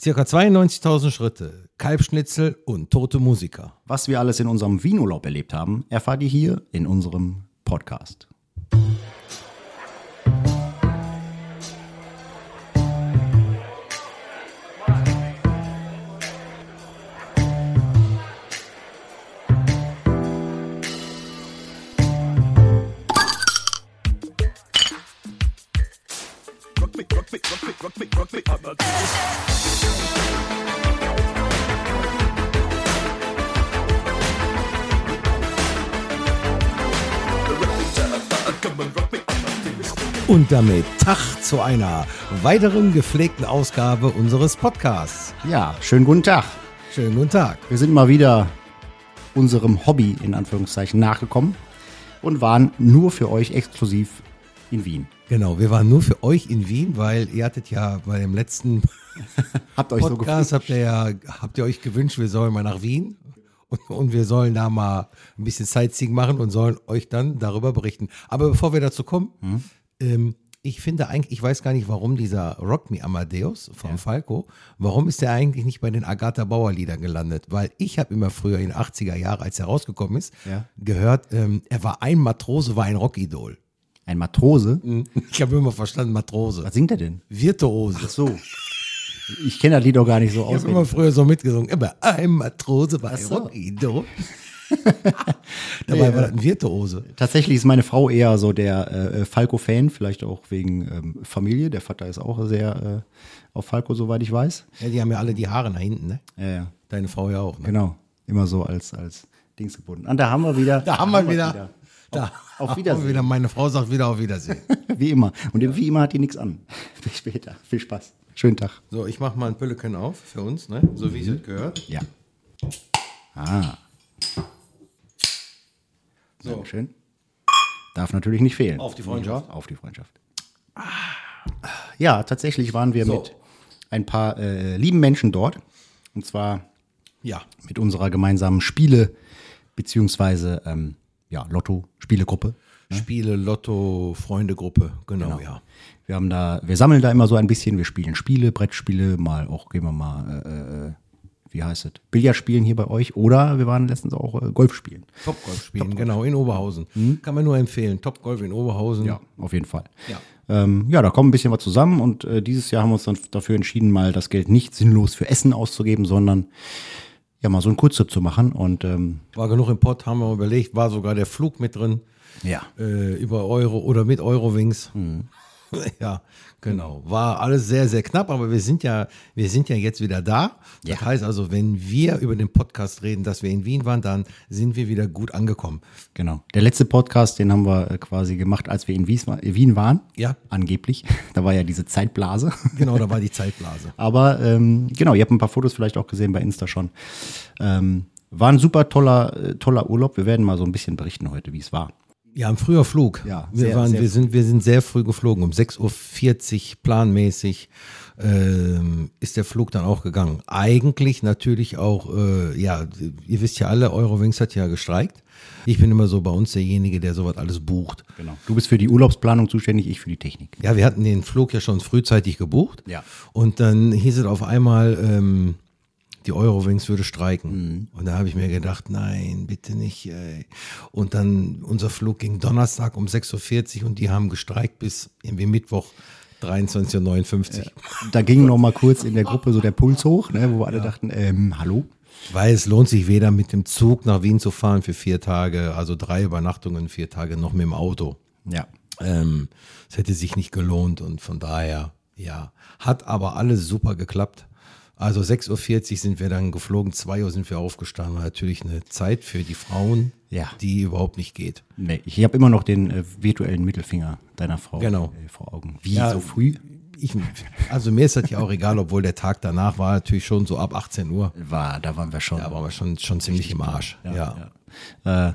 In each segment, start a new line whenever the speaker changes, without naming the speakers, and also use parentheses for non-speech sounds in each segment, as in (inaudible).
Circa 92.000 Schritte, Kalbschnitzel und tote Musiker.
Was wir alles in unserem Wienurlaub erlebt haben, erfahrt ihr hier in unserem Podcast.
Und damit Tag zu einer weiteren gepflegten Ausgabe unseres Podcasts.
Ja, schönen guten Tag.
Schönen guten Tag.
Wir sind mal wieder unserem Hobby in Anführungszeichen nachgekommen und waren nur für euch exklusiv in Wien.
Genau, wir waren nur für euch in Wien, weil ihr hattet ja bei dem letzten
Habt euch so
Podcast,
gefühlt?
habt, ihr ja, habt ihr euch gewünscht, wir sollen mal nach Wien und, und wir sollen da mal ein bisschen Sightseeing machen und sollen euch dann darüber berichten. Aber bevor wir dazu kommen,
Hm?
ähm, ich finde eigentlich, ich weiß gar nicht, warum dieser Rock Me Amadeus von Falco, warum ist der eigentlich nicht bei den Agatha Bauer Liedern gelandet? Weil ich habe immer früher in den 80er Jahren, als er rausgekommen ist,
Ja.
gehört, ähm, er war ein Matrose, war ein
(laughs)
Rockidol.
Ein Matrose?
Ich habe immer verstanden, Matrose.
Was singt er denn?
Virtuose.
Ach so. Ich kenne das Lied doch gar nicht so
Ich
aus.
habe immer früher so mitgesungen, immer ein Matrose bei (laughs)
so.
Rockidol. Dabei war das ein Virtuose.
Tatsächlich ist meine Frau eher so der äh, Falco-Fan, vielleicht auch wegen ähm, Familie. Der Vater ist auch sehr äh, auf Falco, soweit ich weiß. Äh,
Ja, die haben ja alle die Haare nach hinten, ne?
Ja, ja,
Deine Frau ja auch. Ne?
genau. Immer so als, als Dings gebunden. Und da haben wir wieder.
Da haben wir wieder. Da
Auf
haben wir
Wiedersehen.
wieder. Meine Frau sagt wieder auf Wiedersehen.
Wie immer. Und wie immer hat die nichts an. (laughs) Bis später. Viel Spaß. Schönen Tag.
(laughs) so, ich mache mal ein Pölleken auf für uns, ne? So wie es jetzt gehört.
Ja. Ah.
So.
So. Schön. Darf natürlich nicht fehlen.
Auf die Freundschaft.
Auf die Freundschaft. Ja, tatsächlich waren wir
So.
mit ein paar äh, lieben Menschen dort. Und zwar
Ja.
mit unserer gemeinsamen Spiele- beziehungsweise ähm, ja, Lotto-Spielegruppe.
Ne? Spiele, Lotto, Freundegruppe, genau, ja.
Wir haben da, wir sammeln da immer so ein bisschen, wir spielen Spiele, Brettspiele, mal auch gehen wir mal, äh, äh, wie heißt es, Billard spielen hier bei euch oder wir waren letztens auch äh, Golf spielen.
Topgolf spielen, genau, in Oberhausen. Kann man nur empfehlen. Topgolf in Oberhausen.
Ja, auf jeden Fall.
Ja.
Ähm, ja, da kommt ein bisschen was zusammen und äh, dieses Jahr haben wir uns dann dafür entschieden, mal das Geld nicht sinnlos für Essen auszugeben, sondern ja mal so einen Kurztrip zu machen und ähm,
War genug im Pott, haben wir überlegt, war sogar der Flug mit drin.
ja,
äh, über Euro oder mit Eurowings. (laughs) Ja, genau. War alles sehr, sehr knapp, aber wir sind ja, wir sind ja jetzt wieder da. Das heißt also, wenn wir über den Podcast reden, dass wir in Wien waren, dann sind wir wieder gut angekommen.
genau. Der letzte Podcast, den haben wir äh, quasi gemacht, als wir in Wiesma Wien waren.
Ja.
Angeblich. (laughs) Da war ja diese Zeitblase.
Genau, da war die Zeitblase.
Aber ähm, genau, ihr habt ein paar Fotos vielleicht auch gesehen bei Insta schon. Ähm, war ein super toller, äh, toller Urlaub. Wir werden mal so ein bisschen berichten heute, wie es war.
Ja, ein früher Flug.
Ja,
wir,
sehr,
waren,
sehr
wir, sind, wir sind sehr früh geflogen. Um 6.40 Uhr planmäßig ähm, ist der Flug dann auch gegangen. Eigentlich natürlich auch, äh, ja, ihr wisst ja alle, Eurowings hat ja gestreikt. Ich bin immer so bei uns derjenige, der sowas alles bucht.
Genau. Du bist für die Urlaubsplanung zuständig, ich für die Technik.
Ja, wir hatten den Flug ja schon frühzeitig gebucht.
Ja.
Und dann hieß es auf einmal, ähm, die Eurowings würde streiken. Und da habe ich mir gedacht, nein, bitte nicht. Ey. Und dann unser Flug ging Donnerstag um 6.40 Uhr und die haben gestreikt bis irgendwie Mittwoch 23.59 Uhr.
Da ging noch mal kurz in der Gruppe so der Puls hoch, ne, wo wir alle dachten, ähm, hallo?
Weil es lohnt sich weder mit dem Zug nach Wien zu fahren für vier Tage, also drei Übernachtungen, vier Tage noch mit dem Auto.
Ja.
Ähm, es hätte sich nicht gelohnt und von daher, ja. Hat aber alles super geklappt. Also 6.40 Uhr sind wir dann geflogen, 2 Uhr sind wir aufgestanden. War natürlich eine Zeit für die Frauen,
Ja.
die überhaupt nicht geht.
Nee, ich habe immer noch den äh, virtuellen Mittelfinger deiner Frau
Genau.
äh, vor Augen. Wie
Ja.
so früh?
Ich, also mir ist das ja auch egal, obwohl der Tag danach war natürlich schon so ab 18 Uhr.
War, da waren wir schon.
Da waren wir schon, schon ziemlich im Arsch. Ja,
Äh,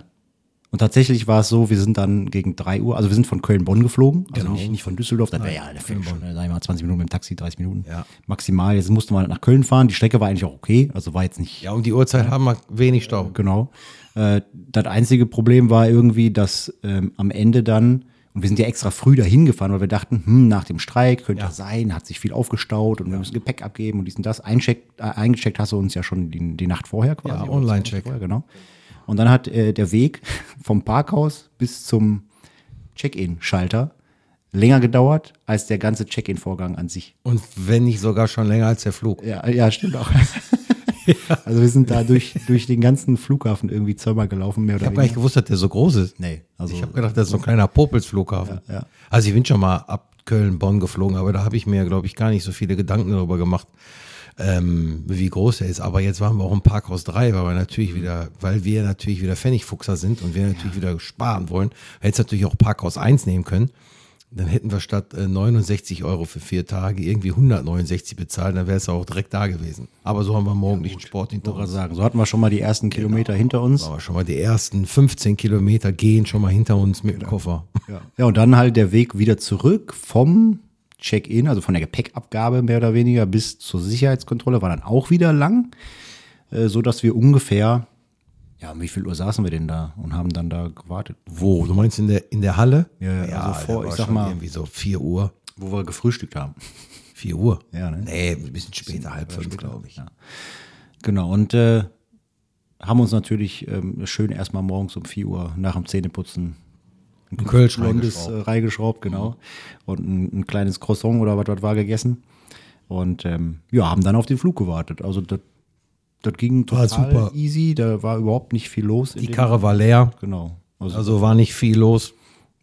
und tatsächlich war es so, wir sind dann gegen 3 Uhr, also wir sind von Köln-Bonn geflogen, also nicht, nicht von Düsseldorf, dann wäre ja eine Viertelstunde, sag ich mal 20 Minuten mit dem Taxi, 30 Minuten
Ja.
maximal. Jetzt mussten wir halt nach Köln fahren, die Strecke war eigentlich auch okay, also war jetzt nicht
ja, um die Uhrzeit haben wir wenig Stau.
genau. Äh, das einzige Problem war irgendwie, dass ähm, am Ende dann, Und wir sind ja extra früh dahin gefahren, weil wir dachten, hm, nach dem Streik könnte das sein, hat sich viel aufgestaut und wir müssen Gepäck abgeben und dies und das. Eincheck, äh, eingecheckt hast du uns ja schon die, die Nacht vorher quasi.
Ja, Online-Check.
Vorher, Genau. Und dann hat äh, der Weg (laughs) vom Parkhaus bis zum Check-in-Schalter länger gedauert als der ganze Check-in-Vorgang an sich.
Und wenn nicht sogar schon länger als der Flug.
Ja, ja,
(laughs)
stimmt auch. Also wir sind da durch, durch den ganzen Flughafen irgendwie zweimal gelaufen, mehr
Ich
oder
habe gar nicht
weniger.
gewusst, dass der so groß ist.
Nee, also-
also ich habe gedacht, das ist so ein kleiner Popelsflughafen.
Ja, ja.
Also ich bin schon mal ab Köln, Bonn geflogen, aber da habe ich mir, glaube ich, gar nicht so viele Gedanken darüber gemacht, ähm, wie groß er ist. Aber jetzt waren wir auch im Parkhaus 3, weil wir natürlich wieder, weil wir natürlich wieder Pfennigfuchser sind und wir natürlich wieder sparen wollen. Hätte natürlich auch Parkhaus 1 nehmen können. Dann hätten wir statt äh, 69 Euro für vier Tage irgendwie 169 bezahlt, dann wäre es auch direkt da gewesen. Aber so haben wir morgen nicht einen Sport hinter
Wollte
uns.
gerade sagen, so hatten wir schon mal die ersten Kilometer hinter uns.
Aber schon mal die ersten 15 Kilometer gehen schon mal hinter uns mit
Genau.
dem Koffer.
Ja. ja, und dann halt der Weg wieder zurück vom Check-in, also von der Gepäckabgabe mehr oder weniger bis zur Sicherheitskontrolle war dann auch wieder lang, äh, so dass wir ungefähr, ja, um wie viel Uhr saßen wir denn da und haben dann da gewartet,
Wo? Du meinst in der, in der Halle?
Ja, ja, also vor,
da war
ich sag
schon
mal-
Irgendwie so 4 Uhr.
wo wir gefrühstückt haben.
4 Uhr?
Ja, ne?
Nee, ein bisschen später, halb fünf, glaube ich.
Genau, und äh, haben uns natürlich ähm, schön erstmal morgens um 4 Uhr nach dem Zähneputzen
Ein Kölsch
blondes äh, reingeschraubt,
Mhm.
genau. Und ein, ein kleines Croissant oder was was war gegessen. Und ähm, ja, haben dann auf den Flug gewartet. Also das das ging
War
total
super.
easy, da war überhaupt nicht viel los. in
Die
dem-
Karre war leer,
genau. Also,
also war nicht viel los,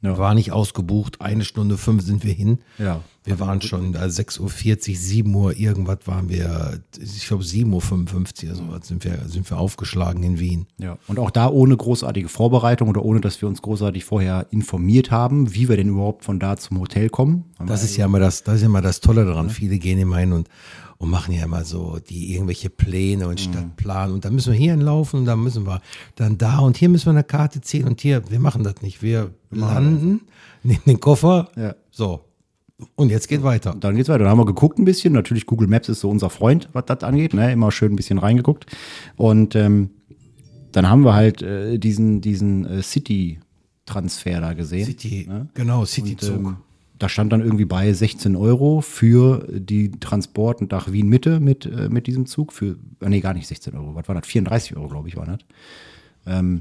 Ja.
war nicht ausgebucht. Eine Stunde fünf sind wir hin.
Ja.
Wir waren schon also 6.40 Uhr, 7 Uhr, irgendwas waren wir, ich glaube 7.55 Uhr, also sind wir, sind wir aufgeschlagen in Wien.
ja. Und auch da ohne großartige Vorbereitung oder ohne, dass wir uns großartig vorher informiert haben, wie wir denn überhaupt von da zum Hotel kommen. Haben
Das ist ja immer das, das ist ja immer das Tolle daran. Viele gehen immer hin und, und machen ja immer so die irgendwelche Pläne
Mhm.
und Stadtplan. Und dann müssen wir hier hinlaufen und dann müssen wir dann da und hier müssen wir eine Karte ziehen und hier, wir machen das nicht. Wir landen, nehmen den Koffer.
Ja.
So. Und jetzt geht weiter.
dann geht's weiter. Dann haben wir geguckt ein bisschen. Natürlich, Google Maps ist so unser Freund, was das angeht. Ne? Immer schön ein bisschen reingeguckt. Und ähm, dann haben wir halt äh, diesen, diesen äh, City-Transfer da gesehen.
City,
Ne?
genau, Cityzug.
Ähm, da stand dann irgendwie bei 16 Euro für die Transport nach Wien Mitte mit, äh, mit diesem Zug. Für, äh, nee, gar nicht 16 Euro. Was war das? 34 Euro, glaube ich, war das.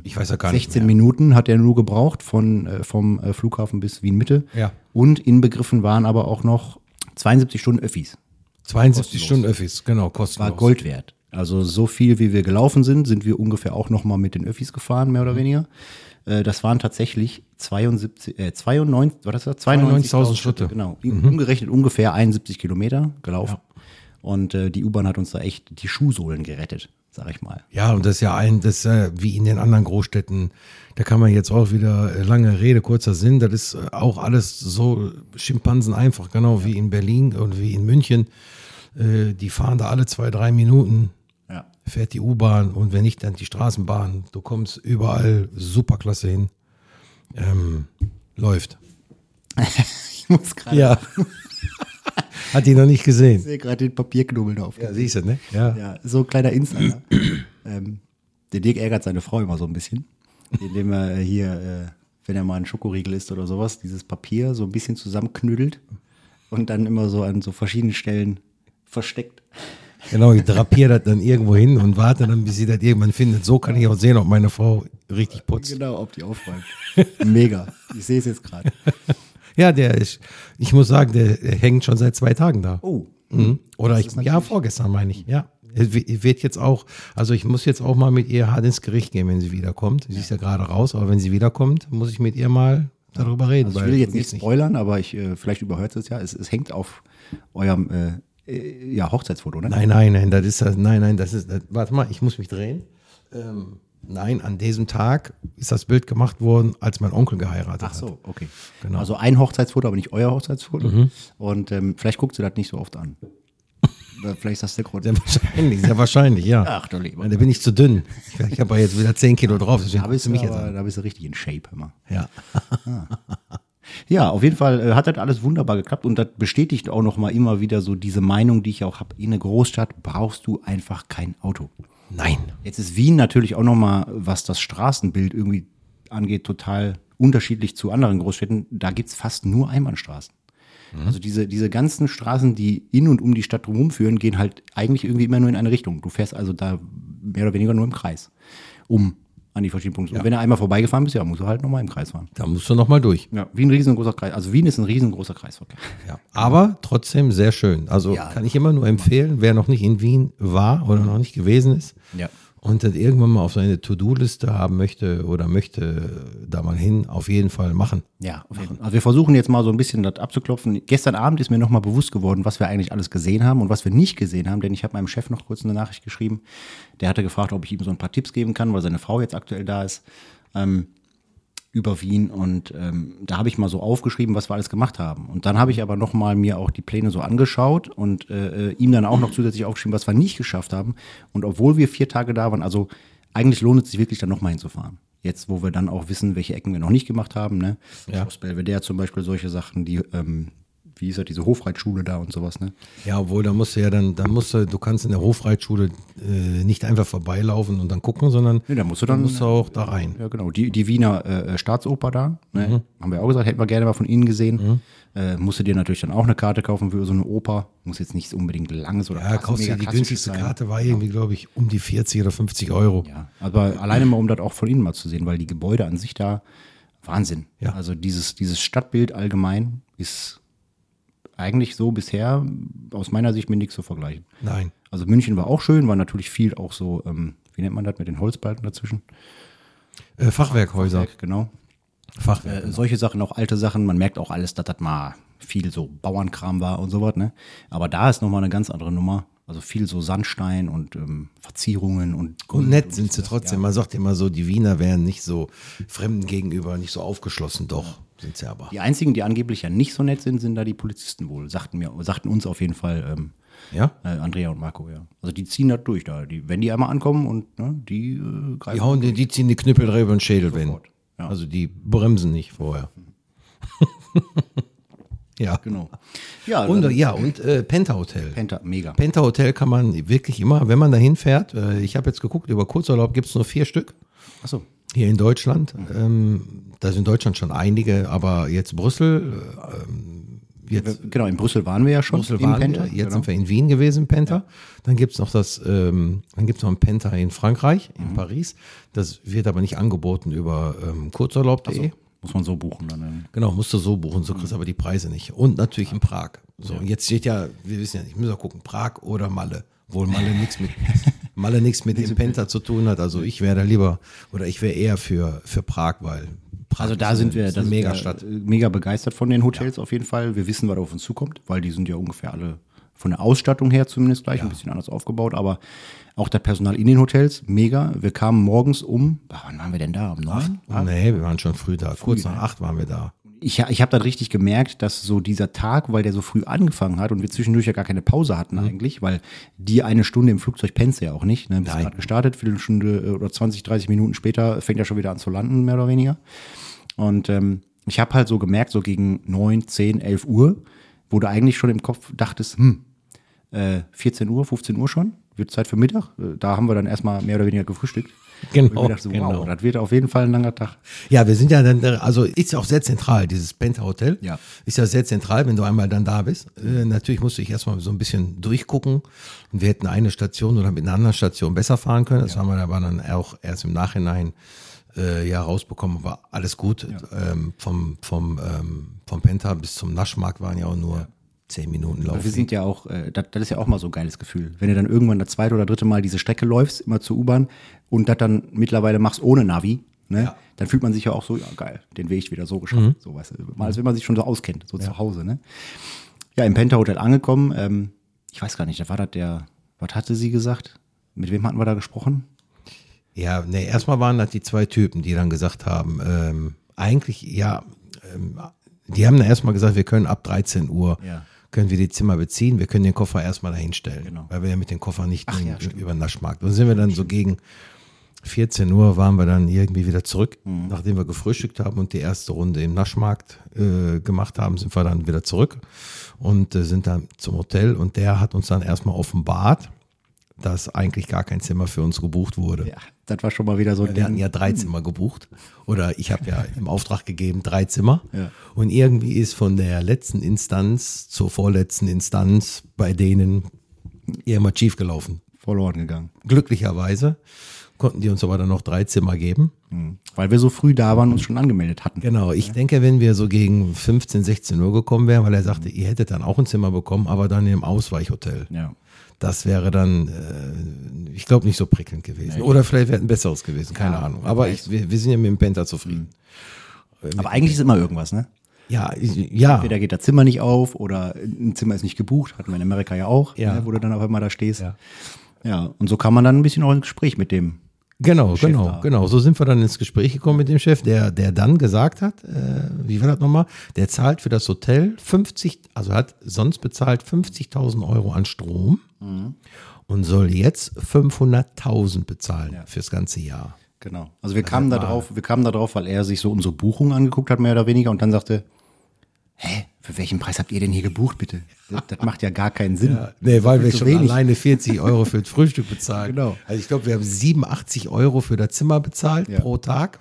ich weiß ja gar nicht.
16
Mehr.
Minuten hat er nur gebraucht von, äh, vom äh, Flughafen bis Wien Mitte.
Ja.
Und inbegriffen waren aber auch noch 72 Stunden Öffis.
72 Stunden Öffis, genau, kostenlos.
war Gold wert. Also so viel, wie wir gelaufen sind, sind wir ungefähr auch noch mal mit den Öffis gefahren, mehr oder weniger. Äh, Das waren tatsächlich 72, äh, 92, war das das?
92.000 Schritte.
Genau, umgerechnet ungefähr 71 Kilometer gelaufen. Und äh, die U-Bahn hat uns da echt die Schuhsohlen gerettet, sag ich mal.
Ja, und das ist ja ein, das ist ja wie in den anderen Großstädten, da kann man jetzt auch wieder äh, lange Rede, kurzer Sinn, das ist äh, auch alles so Schimpansen einfach, genau wie in Berlin und wie in München. Äh, Die fahren da alle zwei, drei Minuten,
Ja.
fährt die U-Bahn und wenn nicht, dann die Straßenbahn. Du kommst überall superklasse hin. Ähm, läuft.
Ich muss gerade
Ja. (laughs) Hat die noch nicht gesehen.
sehe gerade den Papierknubbel da auf. Ja,
siehst du, ne? Ja.
Ja, so ein kleiner Insider. ähm, der Dirk ärgert seine Frau immer so ein bisschen, indem er hier, äh, wenn er mal einen Schokoriegel isst oder sowas, dieses Papier so ein bisschen zusammenknüdelt und dann immer so an so verschiedenen Stellen versteckt.
Genau, ich drapiere das dann irgendwo hin und warte dann, bis sie das irgendwann findet. So kann ich auch sehen, ob meine Frau richtig putzt.
Genau, ob die aufräumt. (laughs) Mega. Ich sehe es jetzt gerade.
Ja, der ist, ich muss sagen, der hängt schon seit zwei Tagen da.
Oh.
Mhm. Oder ich, ja, vorgestern meine ich, ja. Er w- Wird jetzt auch, also ich muss jetzt auch mal mit ihr hart ins Gericht gehen, wenn sie wiederkommt. Sie ist ja gerade raus, aber wenn sie wiederkommt, muss ich mit ihr mal darüber reden.
Also Ich
weil
will jetzt
geht's
nicht spoilern, aber ich, äh, vielleicht überhört es ja. Es, es hängt auf eurem äh, äh, ja, Hochzeitsfoto, ne?
Nein, nein, nein, das ist das. Nein, nein, das ist. Das, warte mal, ich muss mich drehen. Ähm, nein, an diesem Tag ist das Bild gemacht worden, als mein Onkel geheiratet
Ach so, okay.
Genau.
Halt. Also ein Hochzeitsfoto, aber nicht euer Hochzeitsfoto. Und ähm, vielleicht guckst du das nicht so oft (laughs) an. Äh, vielleicht ist das der Grund.
hat. Sehr wahrscheinlich, sehr wahrscheinlich, ja.
Ach du lieber.
Da bin ich zu dünn. Ich, ich habe ja jetzt wieder 10 Kilo drauf, deswegen
Da
guckst
bist, du
du mich jetzt
aber,
an.
da bist du richtig in Shape immer.
Ja.
Ja, auf jeden Fall äh, hat das alles wunderbar geklappt und das bestätigt auch nochmal immer wieder so diese Meinung, die ich auch habe. In eine Großstadt brauchst du einfach kein Auto.
Nein.
Jetzt ist Wien natürlich auch nochmal, was das Straßenbild irgendwie angeht, total unterschiedlich zu anderen Großstädten, da gibt es fast nur Einbahnstraßen. Also diese, diese ganzen Straßen, die in und um die Stadt drumherum führen, gehen halt eigentlich irgendwie immer nur in eine Richtung. Du fährst also da mehr oder weniger nur im Kreis um an die verschiedenen Punkte. Und wenn du einmal vorbeigefahren bist, ja, musst du halt nochmal im Kreis fahren.
Da musst du nochmal durch.
Ja, wie ein riesengroßer Kreis. Also Wien ist ein riesengroßer Kreisverkehr.
Ja. Aber trotzdem sehr schön. Also
Ja.
kann ich immer nur empfehlen, wer noch nicht in Wien war oder noch nicht gewesen ist
Ja.
und das irgendwann mal auf seine To-Do-Liste haben möchte oder möchte da mal hin, auf jeden Fall machen.
Ja, auf jeden Fall. Also wir versuchen jetzt mal so ein bisschen das abzuklopfen. Gestern Abend ist mir nochmal bewusst geworden, was wir eigentlich alles gesehen haben und was wir nicht gesehen haben, denn ich habe meinem Chef noch kurz eine Nachricht geschrieben. Der hatte gefragt, ob ich ihm so ein paar Tipps geben kann, weil seine Frau jetzt aktuell da ist, ähm, über Wien. Und ähm, da habe ich mal so aufgeschrieben, was wir alles gemacht haben. Und dann habe ich aber nochmal mir auch die Pläne so angeschaut und äh, äh, ihm dann auch noch zusätzlich aufgeschrieben, was wir nicht geschafft haben. Und obwohl wir vier Tage da waren, also eigentlich lohnt es sich wirklich, da nochmal hinzufahren. Jetzt, wo wir dann auch wissen, welche Ecken wir noch nicht gemacht haben, ne?
Ja.
Schloss Belvedere zum Beispiel, solche Sachen, die, ähm, wie ist das, diese Hofreitschule da und sowas, ne?
Ja, obwohl, da musst du ja dann, da musst du, du kannst in der Hofreitschule äh, nicht einfach vorbeilaufen und dann gucken, sondern
Nee, Ne, da musst du dann-
musst du auch da rein.
Ja, genau. Die, die Wiener äh, äh, Staatsoper da, ne?
Mhm.
haben wir auch gesagt, hätten wir gerne mal von Ihnen gesehen. Äh, musst du dir natürlich dann auch eine Karte kaufen für so eine Oper. Muss jetzt nicht unbedingt langes oder
Ja,
krass-
kaufst dir
mega
die
klassisch
günstigste
sein.
Karte, war irgendwie, glaube ich, um die 40 oder 50 Euro.
Ja, aber alleine mal, um das auch von innen mal zu sehen, weil die Gebäude an sich da, Wahnsinn.
Ja.
Also dieses, dieses Stadtbild allgemein ist eigentlich so bisher aus meiner Sicht mit nichts zu vergleichen.
Nein.
Also München war auch schön, war natürlich viel auch so, ähm, wie nennt man das, mit den Holzbalken dazwischen.
Äh, Fachwerkhäuser.
Genau.
Fachwerk.
Äh, solche Sachen, auch alte Sachen, man merkt auch alles, dass das mal viel so Bauernkram war und sowas, ne? Aber da ist nochmal eine ganz andere Nummer. Also viel so Sandstein und ähm, Verzierungen und
Und nett sind sie trotzdem. Man sagt immer so, die Wiener wären nicht so Fremden gegenüber, nicht so aufgeschlossen. Doch, sind sie aber.
Die einzigen, die angeblich ja nicht so nett sind, sind da die Polizisten wohl, sagten mir, sagten uns auf jeden Fall ähm,
Ja?
äh, Andrea und Marco, ja. Also die ziehen das durch da. Die, wenn die einmal ankommen und ne, die äh,
Die
greifen.
hauen den, die ziehen die Knüppel drüber und Schädel wenn.
ja. Mhm.
Also die bremsen nicht vorher. (laughs) ja.
Genau. Ja,
Und,
dann-
äh, ja, und äh, Penta-Hotel.
Penta, mega.
Penta-Hotel kann man wirklich immer, wenn man da hinfährt, äh, ich habe jetzt geguckt, über Kurzurlaub gibt es nur vier Stück.
Achso.
Hier in Deutschland,
Mhm.
ähm, da sind in Deutschland schon einige, aber jetzt Brüssel, äh, jetzt
Genau, in Brüssel waren wir ja schon.
Brüssel
im
waren
Penta,
wir, jetzt
genau.
sind wir in Wien gewesen, Penta. Dann gibt es noch das, ähm, dann gibt's noch ein Penta in Frankreich, in
Mhm.
Paris. Das wird aber nicht angeboten über ähm, kurzurlaub.de.
Muss man so Mhm. buchen dann. ne?
Genau, musst du so buchen, so kriegst du aber die Preise nicht. Und natürlich in Prag. So, und jetzt steht ja, wir wissen ja nicht, müssen wir gucken, Prag oder Malle. Obwohl
(laughs)
Malle nichts mit Malle nichts mit dem Penta zu tun hat. Also ich wäre da lieber oder ich wäre eher für, für Prag, weil Prag
Also da
ist
sind
eine-
wir
ist eine
das
Megastadt.
Äh, mega begeistert von den Hotels auf jeden Fall. Wir wissen, was auf uns zukommt, weil die sind ja ungefähr alle von der Ausstattung her zumindest gleich ein bisschen anders aufgebaut, aber auch das Personal in den Hotels mega. Wir kamen morgens um, ah, wann waren wir denn da? Um neun?
Nee, wir waren schon früh da. Kurz nach acht waren wir da.
Ich, ich habe dann richtig gemerkt, dass so dieser Tag, weil der so früh angefangen hat und wir zwischendurch ja gar keine Pause hatten
Mhm.
eigentlich, weil die eine Stunde im Flugzeug pennst du ja auch nicht. Ne? Bist gerade gestartet, Viertelstunde äh, oder 20, 30 Minuten später fängt ja schon wieder an zu landen, mehr oder weniger. Und ähm, ich habe halt so gemerkt, so gegen 9, 10, 11 Uhr, wo du eigentlich schon im Kopf dachtest, hm, äh, 14 Uhr, 15 Uhr schon, wird Zeit für Mittag. Äh, Da haben wir dann erstmal mehr oder weniger gefrühstückt. Und ich
Genau,
mir dachte, so,
genau.
wow, das wird auf jeden Fall ein langer Tag.
Ja, wir sind ja dann, da- also ist ja auch sehr zentral, dieses Penta-Hotel.
Ja.
Ist ja sehr zentral, wenn du einmal dann da bist. Äh, natürlich musste ich erstmal so ein bisschen durchgucken. Und wir hätten eine Station oder mit einer anderen Station besser fahren können. Das haben wir aber dann auch erst im Nachhinein äh, ja rausbekommen. War alles gut. Ähm, vom, vom, ähm, vom Penta bis zum Naschmarkt waren ja auch nur zehn Minuten
Wir
Laufweg.
sind ja auch, äh, das, das ist ja auch mal so ein geiles Gefühl. Wenn du dann irgendwann das zweite oder dritte Mal diese Strecke läufst, immer zur U-Bahn und das dann mittlerweile machst ohne Navi, ne,
Ja.
dann fühlt man sich ja auch so, ja geil, den Weg wieder so geschafft. So, weißt du, mal als wenn man sich schon so auskennt, so zu Hause. Ne? Ja, im Penta Hotel angekommen. Ähm, ich weiß gar nicht, da war das der, was hatte sie gesagt? Mit wem hatten wir da gesprochen?
Ja, nee, erstmal waren das die zwei Typen, die dann gesagt haben, ähm, eigentlich, ja, ähm, die haben dann erstmal gesagt, wir können ab 13 Uhr,
Ja.
können wir die Zimmer beziehen, wir können den Koffer erstmal dahin stellen,
Genau.
weil wir ja mit dem Koffer nicht den,
ja, stimmt.
über den Naschmarkt. Und sind wir dann so gegen 14 Uhr waren wir dann irgendwie wieder zurück,
Mhm.
nachdem wir gefrühstückt haben und die erste Runde im Naschmarkt äh, gemacht haben, sind wir dann wieder zurück und äh, sind dann zum Hotel und der hat uns dann erstmal offenbart, dass eigentlich gar kein Zimmer für uns gebucht wurde.
Ja, das war schon mal wieder so ein
Wir hatten
Ding.
ja drei Zimmer gebucht. Oder ich habe ja im Auftrag gegeben, drei Zimmer.
Ja.
Und irgendwie ist von der letzten Instanz zur vorletzten Instanz bei denen irgendwas schiefgelaufen.
verloren gegangen.
Glücklicherweise konnten die uns aber dann noch drei Zimmer geben.
Mhm. Weil wir so früh da waren und uns schon angemeldet hatten.
Genau, ich denke, wenn wir so gegen 15, 16 Uhr gekommen wären, weil er sagte, ihr hättet dann auch ein Zimmer bekommen, aber dann im Ausweichhotel.
Ja.
Das wäre dann, äh, ich glaube, nicht so prickelnd gewesen. Oder vielleicht wäre ein besseres gewesen, keine Ahnung. Aber ich, wir, wir sind ja mit dem Penta zufrieden. Äh,
Aber eigentlich ist immer irgendwas, ne?
Ja, ich, ja.
Entweder geht das Zimmer nicht auf oder ein Zimmer ist nicht gebucht, hatten wir in Amerika ja auch,
Ja.
Ne, wo du dann auf einmal da stehst.
Ja.
Ja. und so kann man dann ein bisschen auch ins Gespräch mit dem.
Genau, genau,
da.
genau. So sind wir dann ins Gespräch gekommen mit dem Chef, der, der dann gesagt hat, äh, wie war das nochmal? Der zahlt für das Hotel 50, also hat sonst bezahlt 50.000 Euro an Strom
Mhm.
und soll jetzt 500.000 bezahlen fürs ganze Jahr.
Genau. Also wir kamen da drauf, wir kamen da drauf, weil er sich so unsere Buchung angeguckt hat, mehr oder weniger, und dann sagte, hä, für welchen Preis habt ihr denn hier gebucht, bitte? Das, das macht ja gar keinen Sinn. ne?
Nee, weil wir
zu
schon
wenig.
alleine 40 Euro für das Frühstück bezahlen.
Genau.
Also ich glaube, wir haben 87 Euro für das Zimmer bezahlt
Ja. Mhm.
pro Tag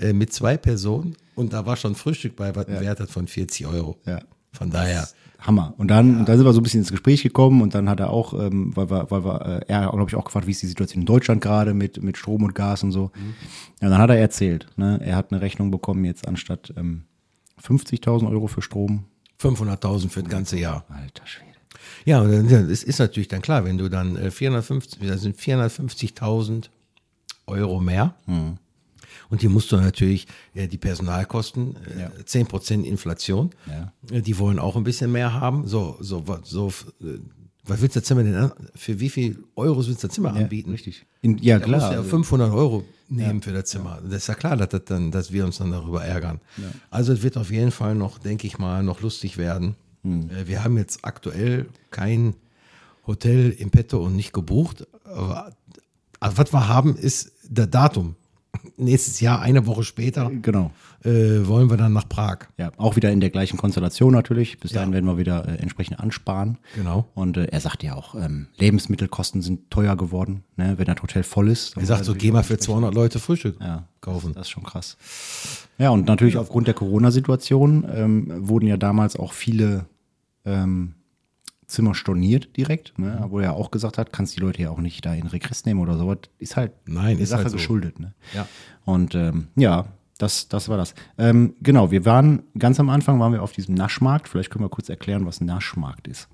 äh, mit zwei Personen und da war schon Frühstück bei, was einen Wert hat von 40 Euro.
Ja.
Von daher.
Hammer. Und dann, und dann sind wir so ein bisschen ins Gespräch gekommen und dann hat er auch, ähm, weil, wir, weil wir, äh, er hat, glaube ich, auch gefragt, wie ist die Situation in Deutschland gerade mit, mit Strom und Gas und so.
Mhm.
Ja, dann hat er erzählt, ne? er hat eine Rechnung bekommen jetzt anstatt ähm, 50.000 Euro für Strom.
500.000 für das ganze Jahr.
Alter Schwede.
Ja, und dann- ja, es ist natürlich dann klar, wenn du dann äh, 450, das sind 450.000 Euro mehr.
Hm.
Und die musst du natürlich, äh, die Personalkosten, äh, 10% Inflation,
Ja.
äh, die wollen auch ein bisschen mehr haben. So, so, wa- so, f- äh, was willst du das Zimmer denn an? Für wie viel Euros willst du das Zimmer anbieten?
Richtig. In, ja,
Da musst
klar.
du ja
also,
500 Euro nehmen für das Zimmer. Das ist ja klar, dass, das dann, dass wir uns dann darüber ärgern. Also es wird auf jeden Fall noch, denke ich mal, noch lustig werden. Äh, Wir haben jetzt aktuell kein Hotel im Petto und nicht gebucht. Aber, also was wir haben, ist der Datum. (laughs) Nächstes Jahr, eine Woche später,
genau.
äh, wollen wir dann nach Prag.
Ja, auch wieder in der gleichen Konstellation natürlich. Bis dahin werden wir wieder äh, entsprechend ansparen.
Genau.
Und äh, er sagt ja auch, ähm, Lebensmittelkosten sind teuer geworden, ne? wenn das Hotel voll ist.
Er sagt so, geh mal für 200 Leute Frühstück
Ja.
kaufen.
Das ist schon krass. Ja, und natürlich aufgrund der Corona-Situation ähm, wurden ja damals auch viele ähm, Zimmer storniert direkt,
Mhm.
ne? wo er auch gesagt hat, kannst die Leute ja auch nicht da in Regress nehmen oder sowas. Ist halt
Nein,
der
ist
Sache
halt so.
geschuldet. Ne?
Ja.
Und ähm, ja, das, das war das. Ähm, genau, wir waren ganz am Anfang waren wir auf diesem Naschmarkt. Vielleicht können wir kurz erklären, was ein Naschmarkt ist.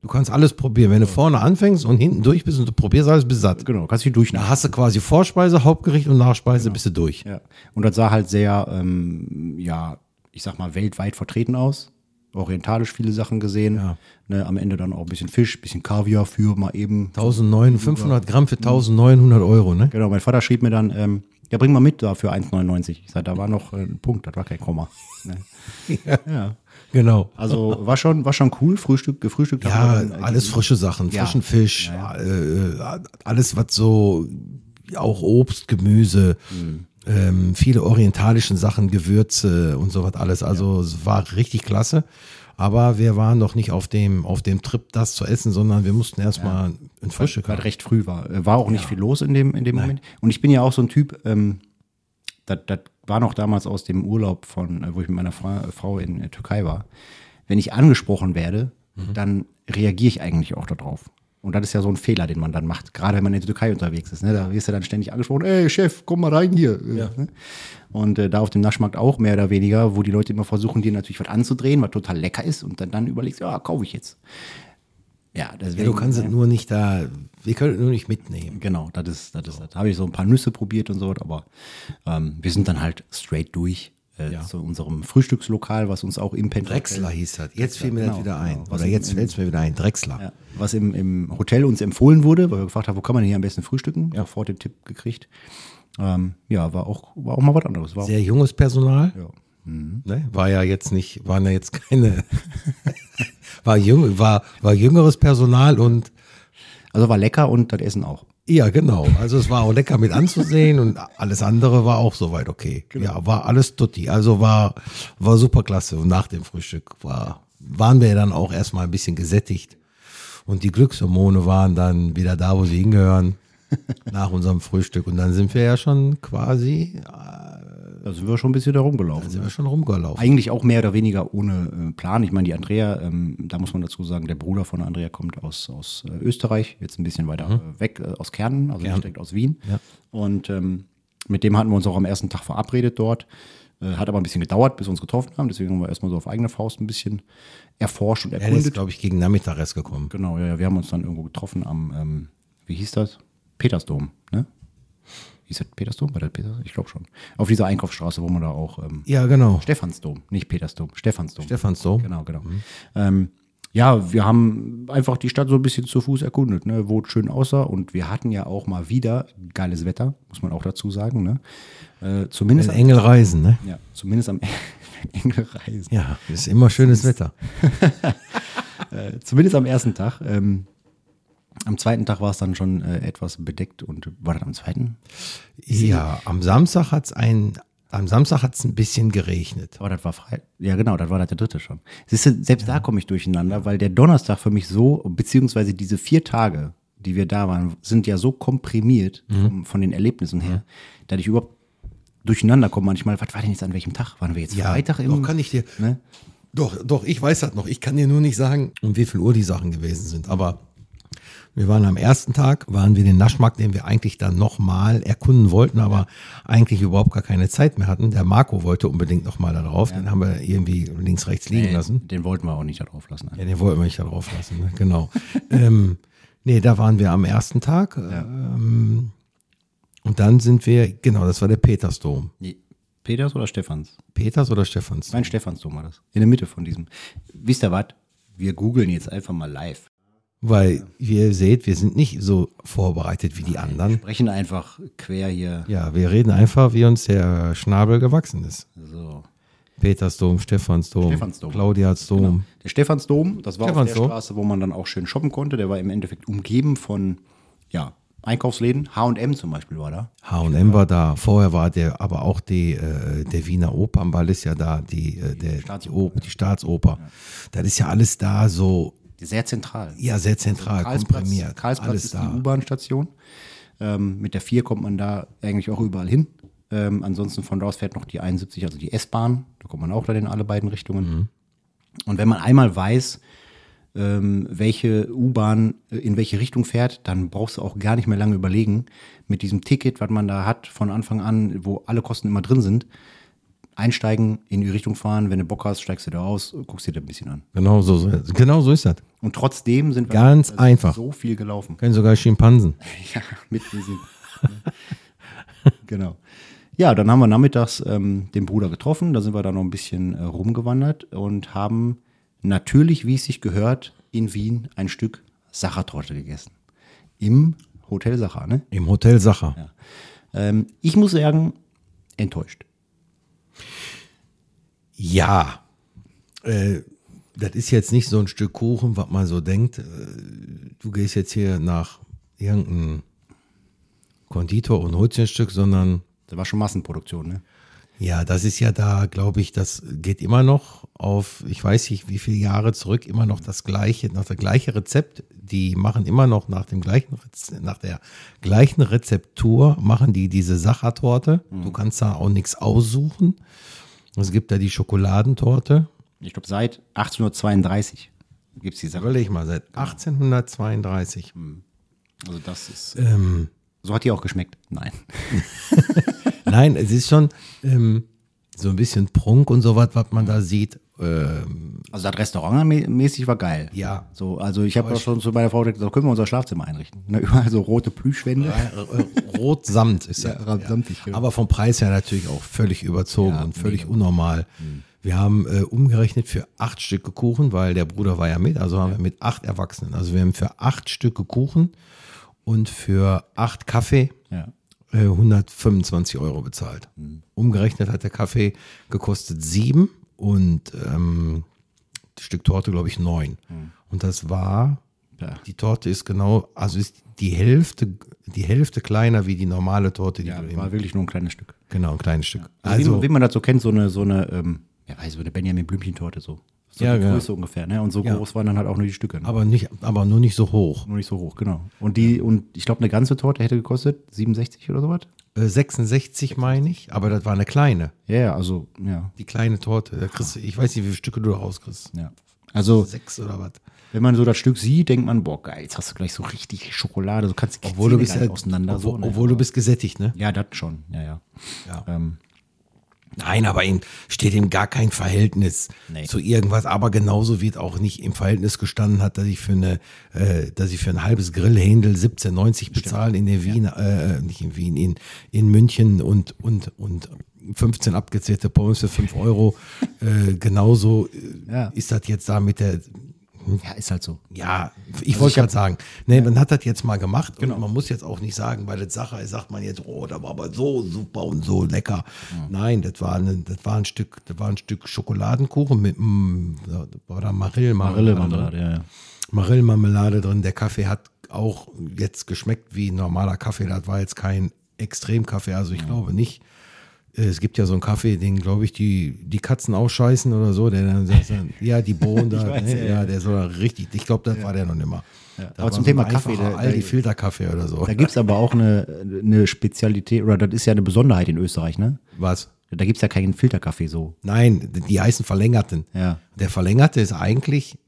Du kannst alles probieren. Wenn du vorne anfängst und hinten durch bist und du probierst alles, bist du satt.
Genau, kannst du durchnaschen.
Da hast du quasi Vorspeise, Hauptgericht und Nachspeise,
Genau.
bist du durch.
Ja. Und das sah halt sehr, ähm, ja, ich sag mal, weltweit vertreten aus. Orientalisch viele Sachen gesehen. Ne, am Ende dann auch ein bisschen Fisch, ein bisschen Kaviar für mal eben.
1900, 500 Gramm für 1900 Euro, ne?
Genau, mein Vater schrieb mir dann, ähm, ja, bring mal mit da für 1,99. Ich sag, da war noch äh, ein Punkt, das war kein Komma. Ne? ja.
Genau.
Also war schon, war schon cool, Frühstück, gefrühstückt
Ja,
wir dann, äh,
alles frische Sachen,
Ja.
frischen Fisch, Äh, alles was so, auch Obst, Gemüse,
Mhm.
ähm, viele orientalischen Sachen, Gewürze und so was alles. Also es war richtig klasse. Aber wir waren noch nicht auf dem, auf dem Trip, das zu essen, sondern wir mussten erstmal ein Frühstück
weil
haben.
recht früh war. Äh, War auch nicht viel los in dem, in dem Moment. Und ich bin ja auch so ein Typ, ähm, das, das war noch damals aus dem Urlaub von, äh, wo ich mit meiner Fra äh, Frau in äh, Türkei war. Wenn ich angesprochen werde,
Mhm.
dann reagiere ich eigentlich auch darauf. Und das ist ja so ein Fehler, den man dann macht, gerade wenn man in der Türkei unterwegs ist. Ne? Da wirst du dann ständig angesprochen, ey Chef, komm mal rein hier. Ne? Und äh, da auf dem Naschmarkt auch mehr oder weniger, wo die Leute immer versuchen, dir natürlich was anzudrehen, was total lecker ist und dann, dann überlegst, ja, kaufe ich jetzt. Ja, deswegen,
Ja, du kannst es nur nicht da, wir können es nur nicht mitnehmen.
Genau, das ist das. Ist, das. Da habe ich so ein paar Nüsse probiert und so, aber ähm, wir sind dann halt straight durch äh, zu unserem Frühstückslokal, was uns auch im Penthouse.
Drechsler hieß das. Jetzt fiel mir das
genau,
wieder ein.
genau. Was
Oder
im-
jetzt
im-
fällt es mir wieder ein. Drechsler.
Ja, was im, im Hotel uns empfohlen wurde, weil wir gefragt haben, wo kann man denn hier am besten frühstücken? Sofort den Tipp gekriegt. Ähm, ja, war auch, war auch mal was anderes. War auch,
Sehr junges Personal.
ja.
Ne? War ja jetzt nicht, waren ja jetzt
(laughs)
keine. (laughs) war, jung, war, war jüngeres Personal und
Also war lecker und das Essen auch.
ja, genau. Also es war auch lecker mit anzusehen und alles andere war auch soweit okay. Ja, war alles tutti. Also war, war super klasse. Und nach dem Frühstück war, waren wir ja dann auch erstmal ein bisschen gesättigt Und die Glückshormone waren dann wieder da, wo sie hingehören, nach unserem Frühstück. Und dann sind wir ja schon quasi,
Da sind wir schon ein bisschen da rumgelaufen.
sind wir schon rumgelaufen.
Eigentlich auch mehr oder weniger ohne äh, Plan. Ich meine, die Andrea, ähm, da muss man dazu sagen, der Bruder von Andrea kommt aus, aus äh, Österreich, jetzt ein bisschen weiter äh, weg, äh, aus Kärnten, also nicht direkt aus Wien. Und ähm, mit dem hatten wir uns auch am ersten Tag verabredet dort. Äh, hat aber ein bisschen gedauert, bis wir uns getroffen haben. Deswegen haben wir erstmal so auf eigene Faust ein bisschen erforscht und
Er ist,
erkundet.
glaube ich, gegen Nachmittag erst gekommen.
genau, ja, ja, wir haben uns dann irgendwo getroffen am, ähm, wie hieß das? Petersdom, ne? Hieß das Petersdom? War das Petersdom? Ich glaube schon. Auf dieser Einkaufsstraße, wo man da auch. Ähm,
Ja, genau.
Stephansdom, nicht Petersdom, Stephansdom.
Stephansdom.
Genau, genau. Ähm, ja, wir haben einfach die Stadt so ein bisschen zu Fuß erkundet, ne, wo es schön aussah. Und wir hatten ja auch mal wieder geiles Wetter, muss man auch dazu sagen. Ne? Äh, zumindest,
Ein Engel reisen, ne?
ja, zumindest am (laughs) Engel reisen.
Ja, ist immer schönes Wetter.
Äh, zumindest am ersten Tag. Ähm, am zweiten Tag war es dann schon äh, etwas bedeckt und war das am zweiten?
Ja, am Samstag hat's ein, am Samstag hat's ein bisschen geregnet.
Aber das war frei. Ja, genau, das war das der dritte schon. Siehst du, selbst da komme ich durcheinander, weil der Donnerstag für mich so, beziehungsweise diese vier Tage, die wir da waren, sind ja so komprimiert
Mhm.
vom, von den Erlebnissen her, dass ich überhaupt durcheinander komme manchmal. Was war denn jetzt an welchem Tag? Waren wir jetzt Freitag
doch,
im.
kann ich dir,
ne?
Doch, doch, ich weiß das noch. Ich kann dir nur nicht sagen, um wie viel Uhr die Sachen gewesen sind. Aber wir waren am ersten Tag, waren wir den Naschmarkt, den wir eigentlich dann nochmal erkunden wollten, aber eigentlich überhaupt gar keine Zeit mehr hatten. Der Marco wollte unbedingt nochmal da drauf. Den haben wir irgendwie links, rechts liegen lassen.
Den wollten wir auch nicht da drauf lassen.
Ja, den wollten wir nicht da drauf lassen, ne? genau. ähm, nee, da waren wir am ersten Tag. Ähm, und dann sind wir, genau, das war der Petersdom.
Nee. Peters oder Stefans?
Peters oder Stefans?
Nein, Stephansdom war das. In der Mitte von diesem. Wisst ihr was? Wir googeln jetzt einfach mal live.
Weil, wie ihr seht, wir sind nicht so vorbereitet wie die anderen.
Sprechen einfach quer hier.
Ja, wir reden einfach, wie uns der Schnabel gewachsen ist.
So.
Petersdom, Stephansdom,
Stephansdom.
Claudiasdom.
Der Stephansdom, das war auf
Stephansdom.
der Straße, wo man dann auch schön shoppen konnte. Der war im Endeffekt umgeben von ja, Einkaufsläden. H&M zum Beispiel war da.
H&M war da, vorher war der, aber auch die, äh, der Wiener Opernball ist ja da, die, äh, der, die,
Staatsoper,
Op die Staatsoper. Das ist ja alles da so,
Sehr zentral.
ja, sehr zentral, komprimiert,
Also Karlsplatz
alles
ist
da.
die U-Bahn-Station. Ähm, mit der 4 kommt man da eigentlich auch überall hin. Ähm, ansonsten von da aus fährt noch die 71, also die S-Bahn. Da kommt man auch dann in alle beiden Richtungen.
Mhm.
Und wenn man einmal weiß, ähm, welche U-Bahn äh, in welche Richtung fährt, dann brauchst du auch gar nicht mehr lange überlegen. Mit diesem Ticket, was man da hat von Anfang an, wo alle Kosten immer drin sind, einsteigen, in die Richtung fahren. Wenn du Bock hast, steigst du da aus, guckst dir das ein bisschen an.
Genau so, so- genau so ist das.
Und trotzdem sind wir
Ganz
also
einfach.
so viel gelaufen.
Können sogar Schimpansen.
Ja, mit diesem. ne? genau. Ja, dann haben wir nachmittags ähm, den Bruder getroffen. Da sind wir dann noch ein bisschen äh, rumgewandert und haben natürlich, wie es sich gehört, in Wien ein Stück Sachertorte gegessen. Im Hotel Sacher, ne?
Im Hotel Sacher.
Ähm, ich muss sagen, enttäuscht.
Ja, äh, das ist jetzt nicht so ein Stück Kuchen, was man so denkt. Äh, Du gehst jetzt hier nach irgendeinem Konditor und holst dir ein Stück, sondern
Das war schon Massenproduktion, ne?
ja, das ist ja da, glaube ich, das geht immer noch auf, ich weiß nicht, wie viele Jahre zurück, immer noch das gleiche, nach das gleiche Rezept. Die machen immer noch nach dem gleichen, Rez- nach der gleichen Rezeptur, machen die diese Sachertorte. Du kannst da auch nichts aussuchen. Es gibt da die Schokoladentorte.
Ich glaube, seit 1832 gibt es die Sache.
Überleg mal, seit 1832.
Also, das ist.
Ähm,
So hat die auch geschmeckt. Nein.
nein, es ist schon ähm, so ein bisschen Prunk und sowas, was man da sieht. Ähm,
Also das Restaurant mä- mäßig war geil.
Ja.
So, also ich habe auch schon zu meiner Frau gesagt, da können wir unser Schlafzimmer einrichten. Ne, (laughs) überall so rote Plüschwände.
äh, rot-samt ist ja,
Ja, samtig, genau.
Aber vom Preis her natürlich auch völlig überzogen und völlig unnormal. Wir haben äh, umgerechnet für acht Stücke Kuchen, weil der Bruder war ja mit, also haben wir mit acht Erwachsenen. Also wir haben für acht Stücke Kuchen und für acht Kaffee
Ja.
äh, 125 Euro bezahlt. Umgerechnet hat der Kaffee gekostet sieben und ähm, das Stück Torte, glaube ich, neun. Und das war
Ja.
die Torte ist genau, also ist die Hälfte, die Hälfte kleiner wie die normale Torte, die
Ja,
du eben-
war wirklich nur ein kleines Stück.
Genau, ein kleines Stück.
Also wie, man-
Also,
wie man das so kennt, so eine, so eine, ähm, ja weiß, so eine Benjamin Blümchen-Torte so. so
Ja,
die
ja.
Größe ungefähr. Ne? Und so
Ja.
groß waren dann halt auch nur die Stücke. Ne?
Aber, nicht, aber nur nicht so hoch.
nur nicht so hoch, genau. Und die, und ich glaube, eine ganze Torte hätte gekostet 67 oder sowas.
Äh, 66 meine ich, aber das war eine kleine.
Ja, ja, also, ja.
Die kleine Torte. Da kriegst, du- ich weiß nicht, wie viele Stücke du da rauskriegst.
ja. Also,
Sechs oder was?
wenn man so das Stück sieht, denkt man, boah, geil, jetzt hast du gleich so richtig Schokolade, so kannst die
Obwohl du
Zähne
bist
gar nicht
ja-
auseinander.
obwohl,
so, ne?
obwohl du bist gesättigt, ne?
ja, das schon, ja, ja.
Ja.
Ähm,
Nein, aber ihm steht ihm gar kein Verhältnis
Nee.
zu irgendwas. Aber genauso wird auch nicht im Verhältnis gestanden hat, dass ich für eine, äh, dass ich für ein halbes Grillhändel 17,90 bezahlen in der Wien, äh, nicht in Wien, in, in München und und und 15 abgezählte Pommes für 5 Euro.
(laughs)
äh, genauso äh,
Ja.
ist das jetzt da mit der
ja, ist halt so.
ja, Also ich Genau. wollte gerade sagen, nee, man hat das jetzt mal gemacht und man muss jetzt auch nicht sagen, weil das Sache ist, sagt man jetzt, oh, da war aber so super und so lecker. Nein, das war, ein, das war ein Stück, das war ein Stück Schokoladenkuchen mit mm, da war da Marillenmarmelade. Marillenmarmelade.
Marmelade, ja, ja.
Marillenmarmelade drin. Der Kaffee hat auch jetzt geschmeckt wie ein normaler Kaffee. Das war jetzt kein Extremkaffee, also ich glaube nicht. Äh, Es gibt ja so einen Kaffee, den, glaube ich, die, die Katzen ausscheißen oder so. Der dann,
(laughs)
sagt, ja, die Bohnen da,
weiß,
ne,
ja,
ja, der soll da richtig, ich glaube, das war der noch nimmer. Da
Aber
war
zum
so
Thema
ein
Kaffee,
einfacher
da-
Aldi
da-
Filterkaffee oder so.
Da gibt es aber auch eine, eine Spezialität, oder das ist ja eine Besonderheit in Österreich, ne?
Was?
Da gibt es ja keinen Filterkaffee so.
Nein, die- die heißen Verlängerten.
Ja.
Der Verlängerte ist eigentlich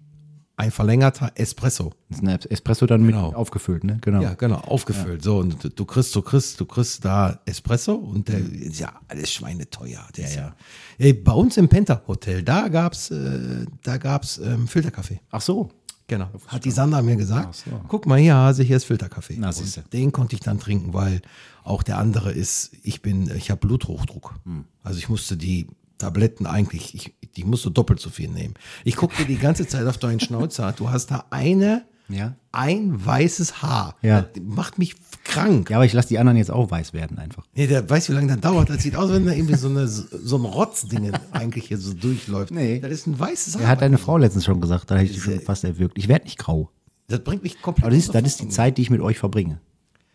ein verlängerter Espresso.
Das ist ein Espresso dann mit
Genau.
aufgefüllt, ne? Genau.
Ja, genau, aufgefüllt. So, und du- du kriegst, du kriegst, du kriegst da Espresso und der ist ja alles schweineteuer. Der ist ja. Ey, bei uns im Penta Hotel, da gab's, äh, da gab's ähm, Filterkaffee.
Ach so.
Genau. Hat die Sandra mir gesagt.
Ach so.
Guck mal hier, Hase, hier ist Filterkaffee.
Na,
Und
siehste.
Den konnte ich dann trinken, weil auch der andere ist, ich bin, ich habe Bluthochdruck.
Hm.
Also ich musste die Tabletten eigentlich, ich, ich musste doppelt so viel nehmen. Ich guckte die ganze Zeit auf deinen Schnauzer. Du hast da eine,
Ja.
ein weißes Haar.
Ja.
Das macht mich krank.
Ja, aber ich lasse die anderen jetzt auch weiß werden einfach.
Nee, der weiß, wie lange das dauert. Das sieht aus, wenn da irgendwie so, eine, so ein Rotzding eigentlich hier so durchläuft.
Nee.
Das ist ein weißes Haar.
Er hat deine Frau letztens schon gesagt, da hätte ich die schon fast erwürgt. Ich werde nicht grau.
das bringt mich komplett.
Aber das ist,
außer
das ist die
Fassung.
Zeit, die ich mit euch verbringe.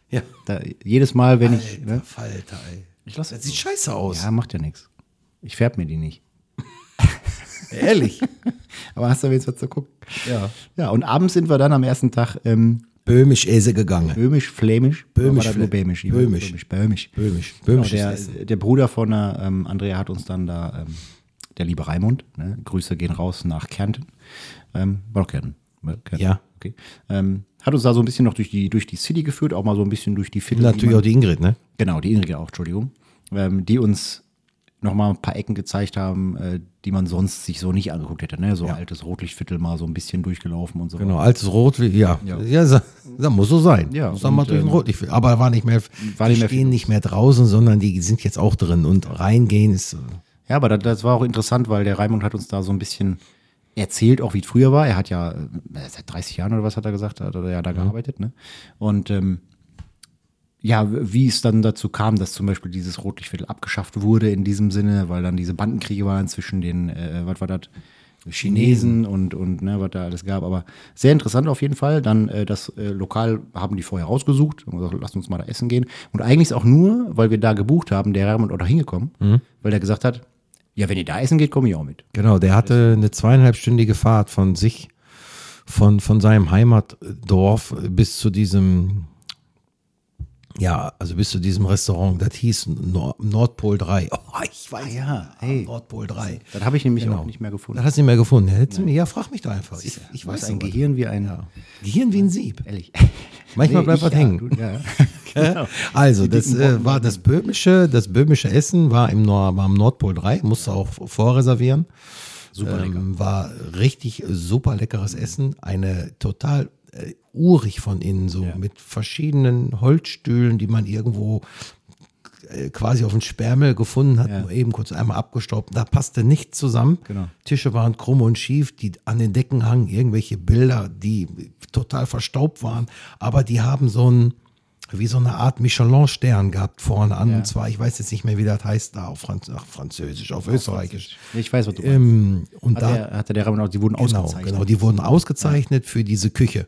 Ja.
Da, jedes Mal, wenn ich. Ne?
Alter, Falter, ey.
Ich lass
das
es
sieht scheiße aus.
Ja, macht ja nichts. Ich färbe mir die nicht.
(laughs) Ehrlich.
Aber hast du wenigstens was zu gucken?
Ja.
Ja, und abends sind wir dann am ersten Tag ähm,
Böhmisch Ese gegangen.
böhmisch, flämisch.
Böhmisch,
Oder war das nur
Flä-
böhmisch. Ich
Böhmisch.
weiß, böhmisch. Böhmisch.
Böhmisch. Böhmisch
Genau, der, der Bruder von der, ähm, Andrea hat uns dann da, ähm, der liebe Raimund, ne? Grüße gehen raus nach Kärnten. Ähm, war doch Kärnten. ne? Kärnten.
Ja.
Okay. Ähm, hat uns da so ein bisschen noch durch die, durch die City geführt, auch mal so ein bisschen durch die Viertel. die
Natürlich
man-
auch die Ingrid, ne?
Genau, die Inrige auch, Entschuldigung. Ähm, die uns nochmal ein paar Ecken gezeigt haben, äh, die man sonst sich so nicht angeguckt hätte. Ne? So altes Rotlichtviertel mal so ein bisschen durchgelaufen und so.
Genau, altes Rot, wie- ja. Ja, sa- sa- muss so sein.
Ja,
Muss doch mal
und,
durch den
ähm,
Rot. Ich, will- aber war nicht mehr,
war
die
nicht mehr viel
stehen nicht mehr draußen, sondern die sind jetzt auch drin und reingehen ist, äh,
Ja, aber das, das war auch interessant, weil der Raimund hat uns da so ein bisschen erzählt, auch wie es früher war. Er hat ja äh, seit 30 Jahren oder was hat er gesagt, hat er ja da gearbeitet. Ne? Und ähm, ja, wie es dann dazu kam, dass zum Beispiel dieses Rotlichtviertel abgeschafft wurde in diesem Sinne, weil dann diese Bandenkriege waren zwischen den, äh, was war das, Chinesen und, und ne, was da alles gab. Aber sehr interessant auf jeden Fall. Dann äh, das äh, Lokal haben die vorher rausgesucht und gesagt, lass uns mal da essen gehen. Und eigentlich ist auch nur, weil wir da gebucht haben, der Raymond auch da hingekommen,
Mhm.
weil der gesagt hat, ja, wenn ihr da essen geht, komme ich auch mit.
Genau, der hatte eine zweieinhalbstündige Fahrt von sich, von, von seinem Heimatdorf bis zu diesem, ja, also bis zu diesem Restaurant, das hieß Nor Nordpol 3. Oh, ich weiß,
Ah ja, hey.
Nordpol 3.
Das habe ich nämlich auch nicht mehr gefunden.
Genau. Das hast du nicht mehr gefunden. Hättest du mir, ja, frag mich doch einfach. Ich, ich
Du
weiß
hast ein
ein Gehirn.
Gehirn wie ein,
Gehirn wie ein Sieb.
ehrlich. (laughs)
Manchmal bleibt
ich-
was
ja,
hängen. (laughs)
du- Ja, Genau.
Also, das äh, war das böhmische, das böhmische Essen war im, Nor war am Nordpol 3, musste auch vorreservieren. Super lecker. Ähm, war richtig super leckeres Essen. Eine total äh, urig von innen, so mit verschiedenen Holzstühlen, die man irgendwo äh, quasi auf dem Sperrmüll gefunden hat, nur eben kurz einmal abgestaubt. Da passte nichts zusammen.
Genau.
Tische waren krumm und schief, die an den Decken hangen irgendwelche Bilder, die total verstaubt waren, aber die haben so ein wie so eine Art Michelin-Stern gehabt vorne an. Und zwar, ich weiß jetzt nicht mehr, wie das heißt, da auf Franz ach, Französisch, auf Österreichisch.
ich weiß, was du meinst.
Ähm, und
Hat
da
der, hatte der Raimund auch, die wurden
Genau,
ausgezeichnet. Mhm.
genau. Die wurden ausgezeichnet für diese Küche.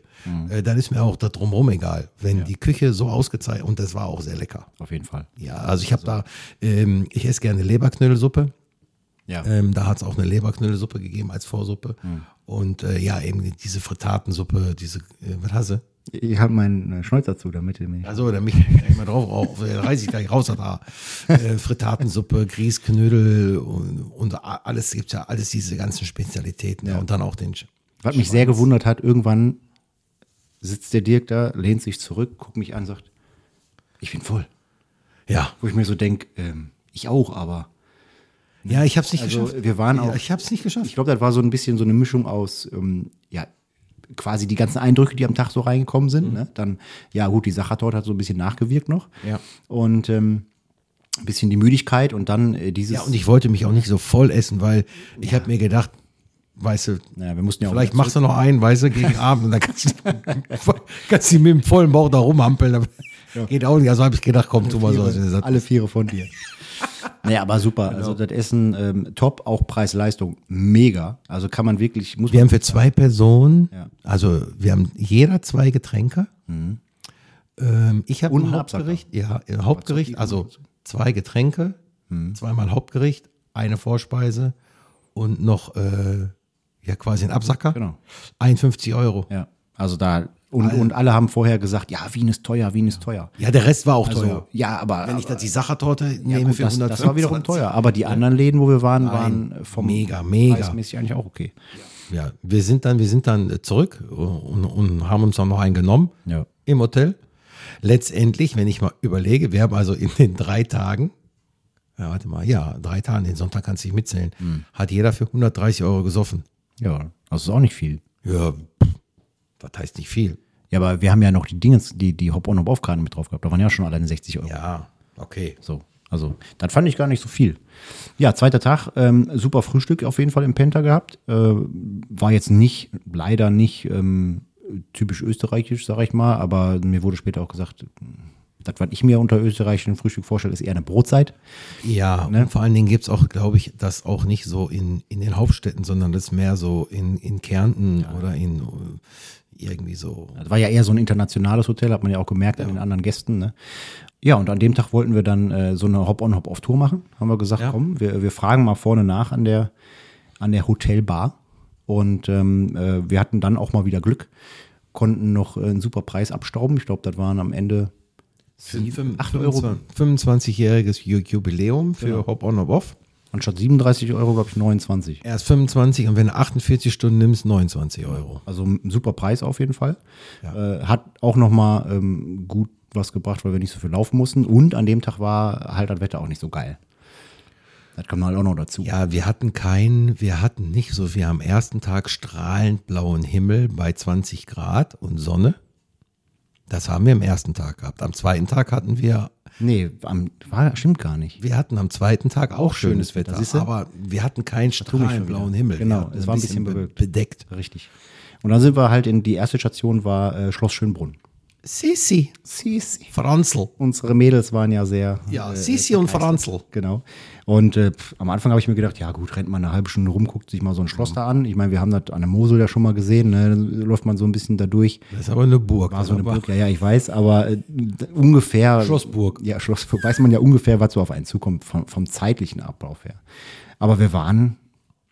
Äh, dann ist mir auch da drumherum egal, wenn die Küche so ausgezeichnet und das war auch sehr lecker.
Auf jeden Fall.
Ja, also ich habe da, ähm, ich esse gerne Leberknödelsuppe.
Ja.
Ähm, da hat es auch eine Leberknödelsuppe gegeben als Vorsuppe. Und äh, ja, eben diese Frittatensuppe, diese, äh, was hast du?
Ich habe meinen äh, Schnäuzer zu, damit ihr mich.
Also, da mich gleich mal drauf auf, äh, reiß ich gleich raus da. Äh, Frittatensuppe, Grießknödel und, und a- alles gibt's ja alles diese ganzen Spezialitäten. Ja. Und dann auch den Sch-
Was mich sehr gewundert hat, irgendwann sitzt der Dirk da, lehnt sich zurück, guckt mich an, sagt, ich bin voll.
Ja.
Wo ich mir so denke, ähm, ich auch, aber
Ja, ich hab's nicht
Also,
geschafft.
(laughs) wir waren auch-
Ja, ich hab's nicht geschafft.
ich glaube, das war so ein bisschen so eine Mischung aus, ähm, ja, quasi die ganzen Eindrücke, die am Tag so reingekommen
Mhm.
sind. Ne? Dann, ja gut, die Sachertorte hat so ein bisschen nachgewirkt noch.
Ja.
Und ähm, ein bisschen die Müdigkeit und dann äh, dieses.
Ja, und ich wollte mich auch nicht so voll essen, weil ich hab mir gedacht, weißt du,
Naja, wir mussten ja auch
Vielleicht
wieder
machst du noch einen, weißt du, (laughs) gegen Abend und dann kannst du, kannst du mit dem vollen Bauch da rumhampeln. Aber Geht auch nicht. Also habe ich gedacht, komm, tu mal so. als wenn du sagst,
Alle Viere von (laughs) dir. naja, aber super. Also das Essen ähm, top, auch Preis-Leistung mega. Also kann man wirklich, muss
Wir
man,
haben für zwei Personen,
Ja.
also wir haben jeder zwei Getränke. Ähm, ich habe
Und
ein
einen Absacker.
Hauptgericht, ja, ein Hauptgericht, also zwei Getränke, zweimal Hauptgericht, eine Vorspeise und noch äh, ja quasi ein Absacker.
Genau.
51 Euro. Ja.
ja, also da und, und alle haben vorher gesagt, ja, Wien ist teuer, Wien ist teuer.
der Rest war auch
Also,
teuer.
ja, aber
Wenn ich
aber-
dann die Sachertorte
ja,
nehme
gut,
für
das,
125.
das war wiederum teuer. Aber die anderen Läden, wo wir waren, waren vom
mega, mega.
preismäßig eigentlich auch okay.
Ja, wir sind dann, wir sind dann äh, zurück und, und haben uns dann noch einen genommen
Ja.
im Hotel. Letztendlich, wenn ich mal überlege, wir haben also in den drei Tagen, ja, warte mal, ja, drei Tagen, den Sonntag kannst du nicht mitzählen, hat jeder für 130 Euro gesoffen.
Ja, also ist auch nicht viel.
Ja, pff, das heißt nicht viel.
Ja, aber wir haben ja noch die Dingens, die, die Hop-on, Hop-off-Karten mit drauf gehabt. Da waren ja schon alleine 60 Euro.
Ja, okay.
So, also, das fand ich gar nicht so viel. Ja, zweiter Tag, ähm, super Frühstück auf jeden Fall im Penta gehabt. Äh, war jetzt nicht, leider nicht ähm, typisch österreichisch, sag ich mal, aber mir wurde später auch gesagt, das, was ich mir unter österreichischem Frühstück vorstelle, ist eher eine Brotzeit.
Ja, und vor allen Dingen gibt es auch, glaube ich, das auch nicht so in, in den Hauptstädten, sondern das mehr so in, in Kärnten oder in äh, irgendwie so.
Das war ja eher so ein internationales Hotel, hat man ja auch gemerkt an den anderen Gästen. Ne? Ja, und an dem Tag wollten wir dann äh, so eine Hop-on-Hop-off-Tour machen. Haben wir gesagt,
Ja.
komm, wir, wir fragen mal vorne nach an der, an der Hotelbar. Und ähm, äh, wir hatten dann auch mal wieder Glück, konnten noch äh, einen super Preis abstauben. Ich glaube, das waren am Ende
Fünf-
8 Euro.
25-jähriges Ju- Jubiläum für Hop On Hop Off.
Anstatt 37 Euro, glaube ich, 29.
Er ist 25 und wenn du 48 Stunden nimmst, 29 Euro.
Also ein super Preis auf jeden Fall. Äh, hat auch nochmal ähm, gut was gebracht, weil wir nicht so viel laufen mussten. Und an dem Tag war halt das Wetter auch nicht so geil. Das kommt halt auch noch dazu.
Ja, wir hatten keinen, wir hatten nicht so wie am ersten Tag strahlend blauen Himmel bei 20 Grad und Sonne. Das haben wir am ersten Tag gehabt. Am zweiten Tag hatten wir,
Nee, am, war, stimmt gar nicht.
wir hatten am zweiten Tag auch schönes Wetter,
siehst du?
aber wir hatten keinen
ich
strahlend
schon wieder.
blauen Himmel. Wir
Genau,
hatten
es war ein bisschen
be-
bewölkt.
bedeckt.
Richtig. Und dann sind wir halt in die erste Station war äh, Schloss Schönbrunn.
Sisi,
Sisi.
Äh, Franzl.
Unsere Mädels waren ja sehr. äh,
Ja, Sisi und Franzl.
Genau. Und äh, pf, am Anfang habe ich mir gedacht, ja gut, rennt mal eine halbe Stunde rum, guckt sich mal so ein
Mhm.
Schloss da an. Ich meine, wir haben das an der Mosel ja schon mal gesehen, ne? Dann läuft man so ein bisschen da durch.
Das ist aber eine Burg. also
War so Also eine
aber-
Burg, ja, ja, ich weiß, aber äh, d- ungefähr.
Schlossburg.
Ja, Schlossburg. Weiß man ja ungefähr, was so auf einen zukommt, vom, vom zeitlichen Ablauf her. Aber wir waren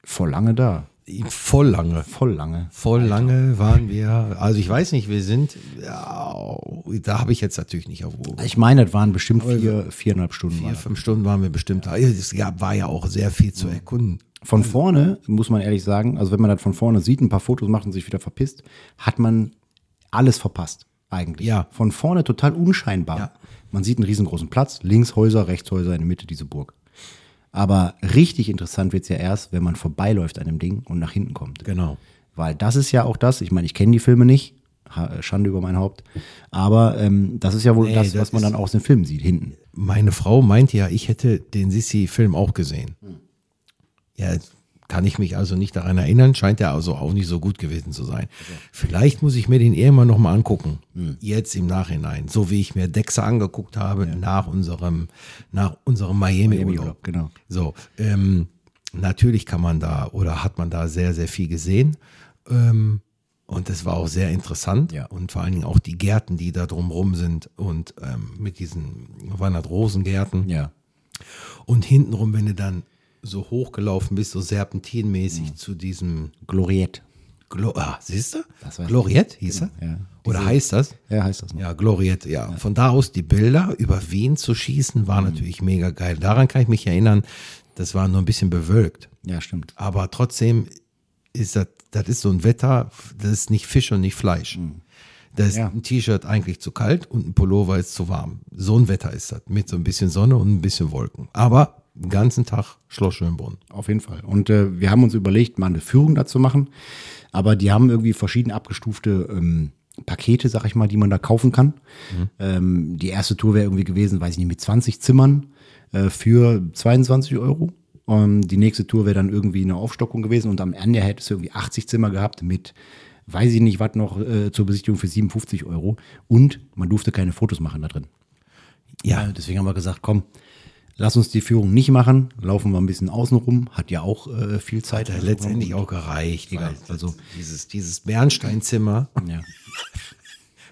voll lange da.
Voll lange.
Voll lange.
Voll lange waren wir, also ich weiß nicht, wir sind, ja, da habe ich jetzt natürlich nicht auf Uhr.
Ich meine, das waren bestimmt vier, viereinhalb Stunden.
Also
war
Vier,
das.
fünf Stunden waren wir bestimmt da. Es gab, war ja auch sehr viel zu erkunden.
Von vorne, muss man ehrlich sagen, also wenn man das von vorne sieht, ein paar Fotos macht und sich wieder verpisst, hat man alles verpasst eigentlich.
Ja.
Von vorne total unscheinbar.
Ja.
Man sieht einen riesengroßen Platz, links Häuser, rechts Häuser, in der Mitte diese Burg. Aber richtig interessant wird's ja erst, wenn man vorbeiläuft an dem Ding und nach hinten kommt.
Genau.
Weil das ist ja auch das, ich meine, ich kenne die Filme nicht, Ha- Schande über mein Haupt, aber ähm, das ist ja wohl
Nee,
das,
das
was man dann auch aus den Filmen sieht, hinten.
Meine Frau meinte ja, ich hätte den Sissi-Film auch gesehen. Ja, kann ich mich also nicht daran erinnern, scheint er also auch nicht so gut gewesen zu sein. Vielleicht muss ich mir den irgendwann nochmal angucken. Jetzt im Nachhinein. So wie ich mir Dexa angeguckt habe nach unserem, nach unserem Miami-Urlaub.
Urlaub, genau.
So, ähm, natürlich kann man da oder hat man da sehr, sehr viel gesehen. Ähm, und das war auch sehr interessant.
Ja.
Und vor allen Dingen auch die Gärten, die da drumrum sind und ähm, mit diesen Wandert-Rosengärten.
Ja.
Und hintenrum, wenn du dann so hochgelaufen bist, so serpentinmäßig
Mhm.
zu diesem
Gloriette.
Glo ah, siehst
Das
du?
weiß ich.
Gloriette hieß er?
Ja.
Oder heißt das?
Ja, heißt das noch.
Ja, Gloriette, ja. Von da aus die Bilder über Wien zu schießen,
Mhm.
war natürlich mega geil. Daran kann ich mich erinnern, das war nur ein bisschen bewölkt.
Ja, stimmt.
Aber trotzdem ist das, das ist so ein Wetter, das ist nicht Fisch und nicht Fleisch. Da ist
Ja.
ein T-Shirt eigentlich zu kalt und ein Pullover ist zu warm. So ein Wetter ist das, mit so ein bisschen Sonne und ein bisschen Wolken. Aber den ganzen Tag Schloss Schönbrunn.
Auf jeden Fall. Und äh, wir haben uns überlegt, mal eine Führung dazu machen. Aber die haben irgendwie verschieden abgestufte ähm, Pakete, sag ich mal, die man da kaufen kann. Ähm, die erste Tour wäre irgendwie gewesen, weiß ich nicht, mit 20 Zimmern äh, für 22 Euro. Ähm, die nächste Tour wäre dann irgendwie eine Aufstockung gewesen und am Ende hättest du irgendwie 80 Zimmer gehabt mit, weiß ich nicht, was noch äh, zur Besichtigung für 57 Euro. Und man durfte keine Fotos machen da drin. Ja, Äh, deswegen haben wir gesagt, komm, lass uns die Führung nicht machen, laufen wir ein bisschen außen rum, hat ja auch äh, viel Zeit.
Ja, letztendlich auch gereicht.
Egal,
weil
also-
dieses, dieses Bernsteinzimmer (laughs)
Ja.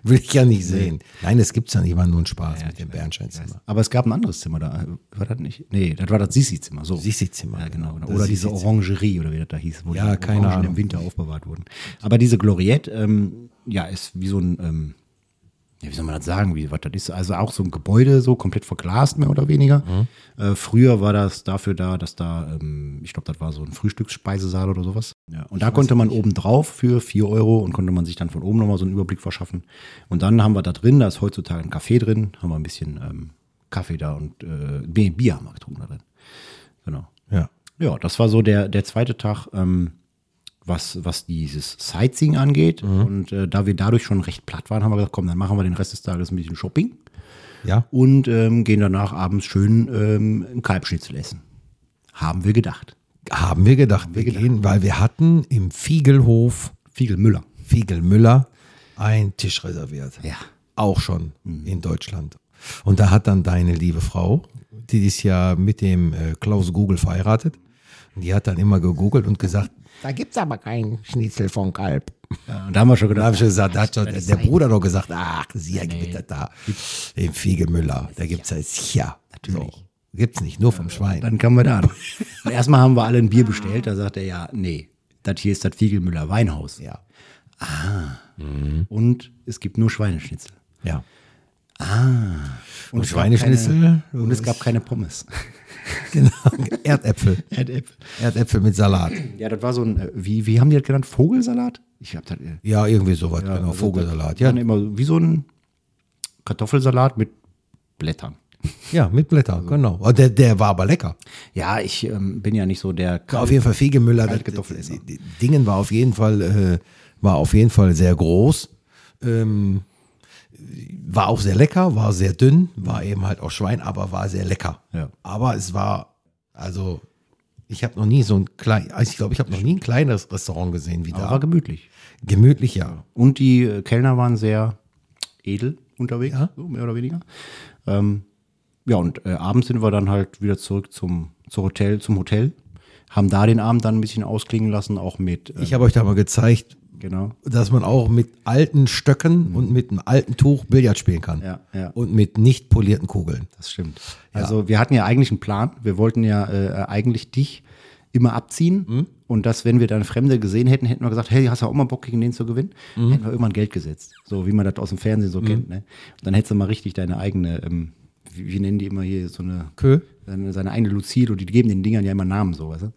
will ich ja nicht sehen. Nein, das gibt's ja nicht, war nur ein Spaß mit dem Bernsteinzimmer.
Aber es gab ein anderes Zimmer da, war das nicht? Nee, das war das Sisi-Zimmer, so.
Sissi-Zimmer,
Ja, genau.
genau. Das
Oder diese
Sissi-Zimmer.
Orangerie oder wie das da hieß, wo
Ja,
die
keine
Orangen
Ahnung.
im Winter aufbewahrt wurden. Aber diese Gloriette, ähm, ja, ist wie so ein, ähm, ja, wie soll man das sagen, wie was das ist? Also auch so ein Gebäude, so komplett verglast, mehr oder weniger.
Mhm.
Äh, früher war das dafür da, dass da, ähm, ich glaube, das war so ein Frühstücksspeisesaal oder sowas. Ja, und da konnte man oben drauf für 4 Euro und konnte man sich dann von oben nochmal so einen Überblick verschaffen. Und dann haben wir da drin, da ist heutzutage ein Café drin, haben wir ein bisschen ähm, Kaffee da und äh, nee, Bier haben wir getrunken da drin. Genau.
Ja.
Ja, das war so der, der zweite Tag, ähm, was, was dieses Sightseeing angeht. Und äh, da wir dadurch schon recht platt waren, haben wir gesagt, komm, dann machen wir den Rest des Tages ein bisschen Shopping
Ja.
und ähm, gehen danach abends schön ähm, einen Kalbschnitzel essen. Haben wir gedacht.
Haben wir gedacht, wir gehen, weil wir hatten im Fiegelhof
Fiegel Müller.
Fiegelmüller einen Tisch reserviert.
Ja.
Auch schon in Deutschland. Und da hat dann deine liebe Frau, die ist ja mit dem äh, Klaus Google verheiratet, und die hat dann immer gegoogelt und gesagt, da gibt's aber keinen Schnitzel von Kalb.
Ja, und da haben wir schon
Da habe ich
gedacht,
schon gesagt, da hat schon der Bruder noch gesagt, ach, sie ja, gibt das da. Im Fiegemüller, da gibt's das ja. Natürlich. So. Gibt's nicht, nur vom Schwein.
(laughs) dann kamen wir da an. Und erstmal haben wir alle ein Bier bestellt. Da sagt er, ja, nee, das hier ist das Fiegel Müller Weinhaus. Ah.
Ja.
Und es gibt nur Schweineschnitzel.
Ja.
Und,
Ah. Und
es gab
Schweineschnitzel?
Keine, und es gab keine Pommes.
(laughs) Genau. Erdäpfel.
Erdäpfel.
Erdäpfel mit Salat.
Ja, das war so ein, äh, wie, wie haben die das genannt? Vogelsalat? Ich hab das, äh,
Ja, irgendwie sowas, genau.
also
Vogelsalat.
das
Ja,
waren immer so- wie so ein Kartoffelsalat mit Blättern.
ja, mit Blättern, genau. Oh, der, der war aber lecker.
Ja, ich ähm, bin ja nicht so der.
Ja, auf jeden Fall Fegemüller.
Kalte
das-
Kartoffeln ist er.
die- die Dingen war auf jeden Fall, äh, war auf jeden Fall sehr groß. Ähm, war auch sehr lecker, war sehr dünn, war eben halt auch Schwein, aber war sehr lecker.
Ja.
Aber es war, also, ich habe noch nie so ein klein, also ich glaube, ich habe noch nie ein kleines Restaurant gesehen wie
Aber
da.
war gemütlich.
Gemütlich, ja.
Und die äh, Kellner waren sehr edel unterwegs,
Ja.
so mehr oder weniger. Ähm, ja, und äh, abends sind wir dann halt wieder zurück zum, zur Hotel, zum Hotel. Haben da den Abend dann ein bisschen ausklingen lassen, auch mit. äh,
Ich habe euch da mal gezeigt,
genau.
dass man auch mit alten Stöcken und mit einem alten Tuch Billard spielen kann.
Mhm. Ja, ja.
Und mit nicht polierten Kugeln.
Das stimmt. Also wir hatten ja eigentlich einen Plan. Wir wollten ja äh, eigentlich dich immer abziehen. Und dass, wenn wir dann Fremde gesehen hätten, hätten wir gesagt, hey, hast du auch mal Bock, gegen den zu gewinnen? Hätten wir irgendwann Geld gesetzt. So wie man das aus dem Fernsehen so kennt. Ne? Und dann hättest du mal richtig deine eigene, ähm, wie, wie nennen die immer hier so eine
Kö?
Seine, seine eigene Lucille und die geben den Dingern ja immer Namen, so, weißt du?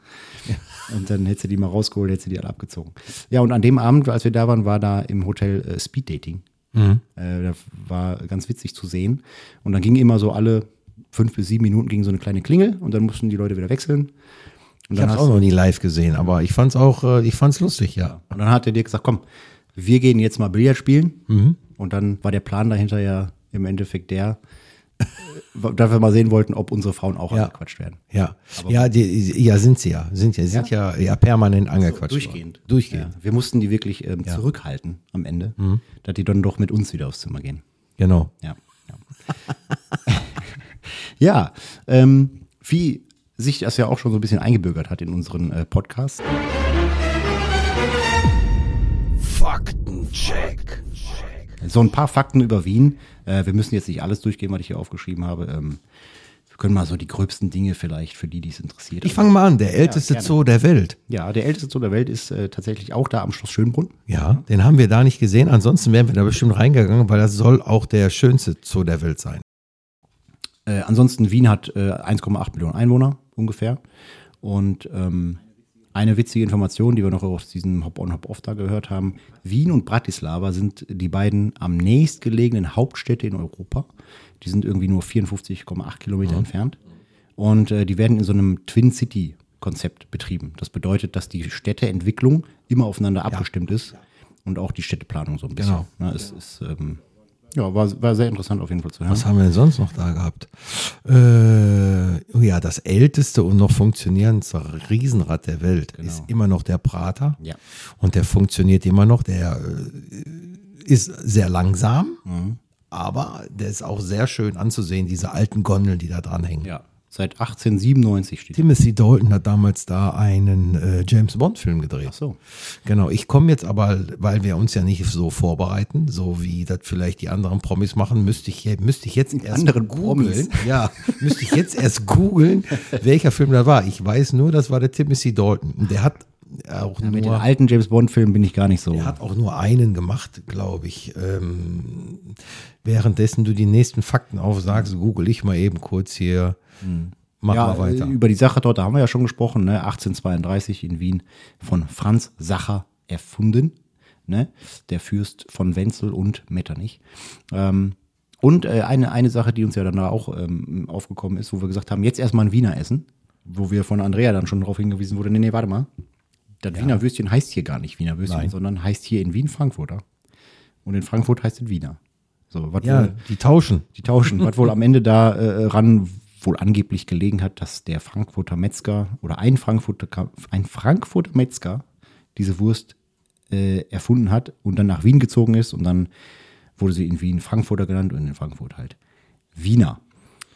Und dann hättest du die mal rausgeholt, hättest du die alle abgezogen. Ja, und an dem Abend, als wir da waren, war da im Hotel äh, Speed Dating.
Mhm.
Äh, das war ganz witzig zu sehen. Und dann ging immer so alle fünf bis sieben Minuten ging so eine kleine Klingel und dann mussten die Leute wieder wechseln. Und
Ich
dann,
habe es
hast,
auch noch nie live gesehen, aber ich fand es auch, äh, ich fand es lustig, ja.
und dann hat er dir gesagt, komm, wir gehen jetzt mal Billard spielen.
Mhm.
Und dann war der Plan dahinter ja im Endeffekt der, (laughs) äh, dass wir mal sehen wollten, ob unsere Frauen auch
Ja.
angequatscht werden.
Ja, ja, die, ja, sind sie ja, sind ja, sind ja, ja, permanent angequatscht.
Durchgehend.
Worden. Durchgehend, Mhm.
Ja. Wir mussten die wirklich ähm, zurückhalten am Ende, dass die dann doch mit uns wieder aufs Zimmer gehen.
genau.
Ja. Ja, (laughs) ja ähm, wie sich das ja auch schon so ein bisschen eingebürgert hat in unseren äh, Podcast.
Faktencheck.
So ein paar Fakten über Wien. Äh, wir müssen jetzt nicht alles durchgehen, was ich hier aufgeschrieben habe. Ähm, Wir können mal so die gröbsten Dinge vielleicht für die, die es interessiert.
Ich fange mal an, der älteste
gerne.
Zoo der Welt.
ja, der älteste Zoo der Welt ist äh, tatsächlich auch da am Schloss Schönbrunn.
Ja,
Mhm.
den haben wir da nicht gesehen. Ansonsten wären wir da bestimmt reingegangen, weil das soll auch der schönste Zoo der Welt sein.
Äh, ansonsten, Wien hat äh, 1,8 Millionen Einwohner ungefähr. Und ähm, eine witzige Information, die wir noch aus diesem Hop-on, Hop-off da gehört haben. Wien und Bratislava sind die beiden am nächstgelegenen Hauptstädte in Europa. Die sind irgendwie nur 54,8 Kilometer
Mhm.
entfernt. Und äh, die werden in so einem Twin City Konzept betrieben. Das bedeutet, dass die Städteentwicklung immer aufeinander abgestimmt ist und auch die Städteplanung so ein bisschen.
Genau.
Ne, es ist, ähm, ja, war, war sehr interessant auf jeden Fall zu hören.
Was haben wir denn sonst noch da gehabt? Äh, oh ja, das älteste und noch funktionierendste Riesenrad der Welt ist immer noch der Prater.
Genau. Ja.
Und der funktioniert immer noch. Der äh, ist sehr langsam,
Mhm.
aber der ist auch sehr schön anzusehen, diese alten Gondeln, die da dranhängen.
Ja, seit 1897 steht.
Timothy Dalton hat damals da einen äh, James Bond-Film gedreht.
so.
Genau, ich komme jetzt aber, weil wir uns ja nicht so vorbereiten, so wie das vielleicht die anderen Promis machen, müsste ich, je- müsste ich jetzt erst
anderen
googeln. Ja, müsste ich jetzt erst googeln,
(laughs)
welcher Film da war. Ich weiß nur, das war der Timothy Dalton. Und der hat auch
Mit den
nur
alten James Bond Filmen bin ich gar nicht so.
er hat auch nur einen gemacht, glaube ich. Ähm, währenddessen du die nächsten Fakten aufsagst, google ich mal eben kurz hier. Mach mal
äh,
weiter.
über die Sache dort, da haben wir ja schon gesprochen, ne? 1832 in Wien von Franz Sacher erfunden, ne? der Fürst von Wenzel und Metternich. Ähm, und äh, eine, eine Sache, die uns ja dann da auch ähm, aufgekommen ist, wo wir gesagt haben, jetzt erstmal ein Wiener essen, wo wir von Andrea dann schon darauf hingewiesen wurde, nee, nee, warte mal, das Wiener Würstchen heißt hier gar nicht Wiener Würstchen, sondern heißt hier in Wien Frankfurter. Und in Frankfurt heißt es Wiener. So, was
Ja,
wohl-
die tauschen.
Die tauschen. Was wohl am Ende da äh, ran wohl angeblich gelegen hat, dass der Frankfurter Metzger oder ein Frankfurter, Ka- ein Frankfurter Metzger diese Wurst äh, erfunden hat und dann nach Wien gezogen ist und dann wurde sie in Wien Frankfurter genannt und in Frankfurt halt Wiener.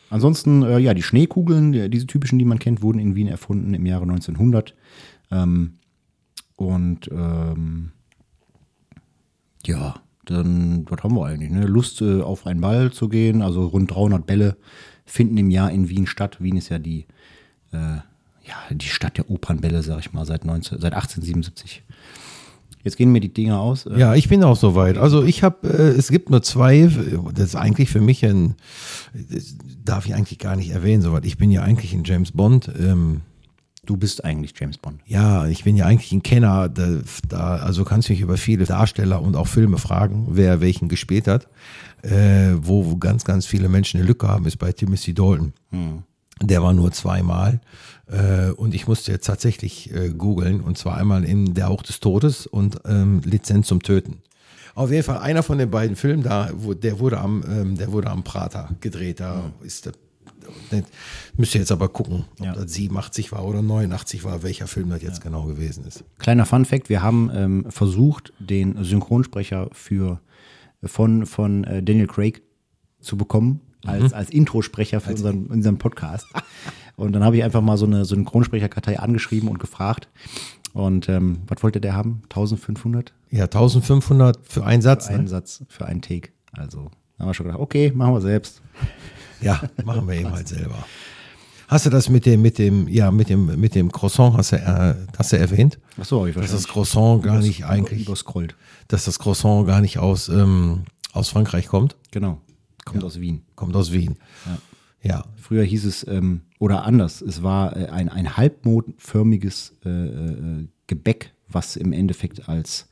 Ansonsten, äh, ja, die Schneekugeln, die, diese typischen, die man kennt, wurden in Wien erfunden im Jahre 1900. Ähm, und ähm, ja, dann, was haben wir eigentlich? Ne? Lust, äh, auf einen Ball zu gehen. Also rund 300 Bälle finden im Jahr in Wien statt. Wien ist ja die, äh, ja, die Stadt der Opernbälle, sag ich mal, seit, 19, seit 1877. Jetzt gehen mir die Dinger aus. Äh,
Ja, ich bin auch soweit. Also ich habe, äh, es gibt nur zwei, das ist eigentlich für mich ein, das darf ich eigentlich gar nicht erwähnen, soweit. Ich bin ja eigentlich ein James Bond. Ähm,
Du bist eigentlich James Bond.
ja, ich bin ja eigentlich ein Kenner. Da, da, also kannst du mich über viele Darsteller und auch Filme fragen, wer welchen gespielt hat. Äh, wo, wo ganz, ganz viele Menschen eine Lücke haben, ist bei Timothy Dalton. Der war nur zweimal. Äh, und ich musste jetzt tatsächlich äh, googeln. Und zwar einmal in Der Hauch des Todes und ähm, Lizenz zum Töten. Auf jeden Fall einer von den beiden Filmen, da, wo, der, wurde am, ähm, der wurde am Prater gedreht. Da ist der, das müsst ihr jetzt aber gucken, ob
Ja.
das 87 war oder 89 war, welcher Film das jetzt genau gewesen ist.
Kleiner Fun Fact: Wir haben ähm, versucht, den Synchronsprecher für, von, von äh, Daniel Craig zu bekommen, als, Mhm. als Introsprecher für unseren, unseren Podcast. Und dann habe ich einfach mal so eine Synchronsprecherkartei angeschrieben und gefragt. Und ähm, was wollte der haben? 1500
Ja, 1500 für einen Satz.
Einsatz
Ne?
einen Satz für einen Take. Also haben wir schon gedacht, okay, machen wir selbst.
Ja, machen
(laughs)
wir eben halt selber. Hast du das mit dem, mit dem, ja, mit dem, mit dem Croissant, hast du, äh, hast du erwähnt?
Achso, ich
Dass
weiß
das Croissant gar nicht eigentlich,
Überscrollt.
dass das Croissant gar nicht aus, ähm, aus Frankreich kommt,
Genau. Kommt aus Wien.
kommt aus Wien. Ja.
Früher hieß es, ähm, oder anders, es war äh, ein, ein halbmondförmiges äh, äh, Gebäck, was im Endeffekt als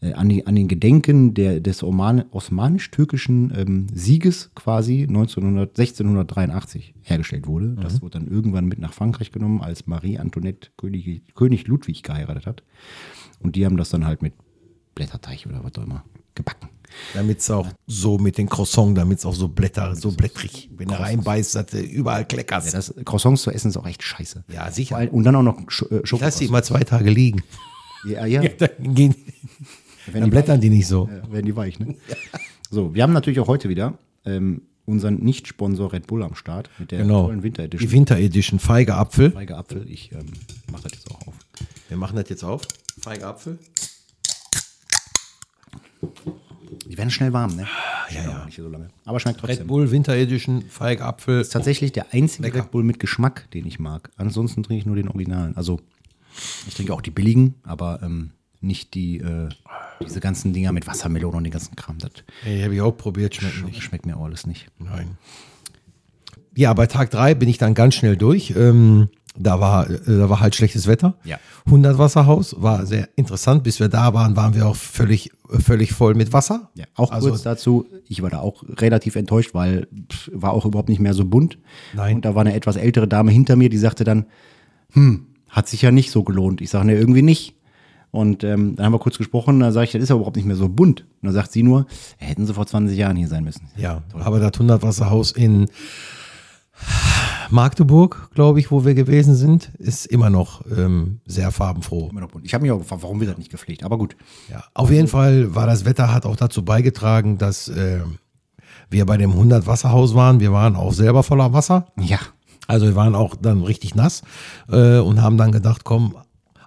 äh, an, die, an den Gedenken der, des Oman- osmanisch-türkischen ähm, Sieges quasi 1900, 1683 hergestellt wurde.
Mhm.
Das wurde dann irgendwann mit nach Frankreich genommen, als Marie Antoinette König, König Ludwig geheiratet hat. Und die haben das dann halt mit Blätterteig oder was auch immer gebacken.
Damit es auch so mit den Croissant, damit es auch so blätter, so blättrig, wenn du reinbeißt, dass du überall
Ja,
kleckerst.
das, Croissants zu essen ist auch echt scheiße.
Ja,
Vor
sicher.
allem- Und dann auch noch Sch äh, Schoko.
Lass die mal zwei Tage liegen. (laughs)
Ja, ja.
Dann, gehen, dann blättern die nicht so.
Ja, werden die weich, ne? So, wir haben natürlich auch heute wieder ähm, unseren Nicht-Sponsor Red Bull am Start mit der
Genau.
tollen Winter
Die
Edition.
Winter Edition, feige Apfel.
Feige Apfel, ich ähm, mache das jetzt auch auf.
Wir machen das jetzt auf. Feige Apfel.
Die werden schnell warm, ne?
Ah, ja,
Schmeckt
ja.
auch Nicht so lange. Aber schmeckt
Red
trotzdem.
Bull Winter Edition, Feigapfel.
ist tatsächlich der einzige
Lecker.
Red Bull mit Geschmack, den ich mag. Ansonsten trinke ich nur den Originalen. Also ich trinke auch die billigen, aber ähm, nicht die äh, diese ganzen Dinger mit Wassermelone und den ganzen Kram. Das
Ey, habe ich auch probiert, schmeckt nicht.
schmeckt mir auch alles nicht.
Nein. Ja, bei Tag 3 bin ich dann ganz schnell durch. Ähm, da, war, äh, da war halt schlechtes Wetter.
Ja.
100 Wasserhaus war sehr interessant. Bis wir da waren, waren wir auch völlig, völlig voll mit Wasser.
Ja, auch
also,
kurz dazu, ich war da auch relativ enttäuscht, weil pff, war auch überhaupt nicht mehr so bunt.
Nein.
Und da war eine etwas ältere Dame hinter mir, die sagte dann, hm, hat sich ja nicht so gelohnt. Ich sage, ne, irgendwie nicht. Und ähm, dann haben wir kurz gesprochen, da sage ich, das ist ja überhaupt nicht mehr so bunt. Und dann sagt sie nur, hätten sie vor 20 Jahren hier sein müssen.
Ja, aber das 100 Wasserhaus in Magdeburg, glaube ich, wo wir gewesen sind, ist immer noch ähm, sehr farbenfroh.
Immer noch bunt. Ich habe mich auch gefragt, warum wird das nicht gepflegt? Aber gut.
Ja, auf jeden
Also
Fall war das Wetter hat auch dazu beigetragen, dass äh, wir bei dem 100 Wasserhaus waren. Wir waren auch selber voller Wasser.
Ja.
Also wir waren auch dann richtig nass äh, und haben dann gedacht, komm,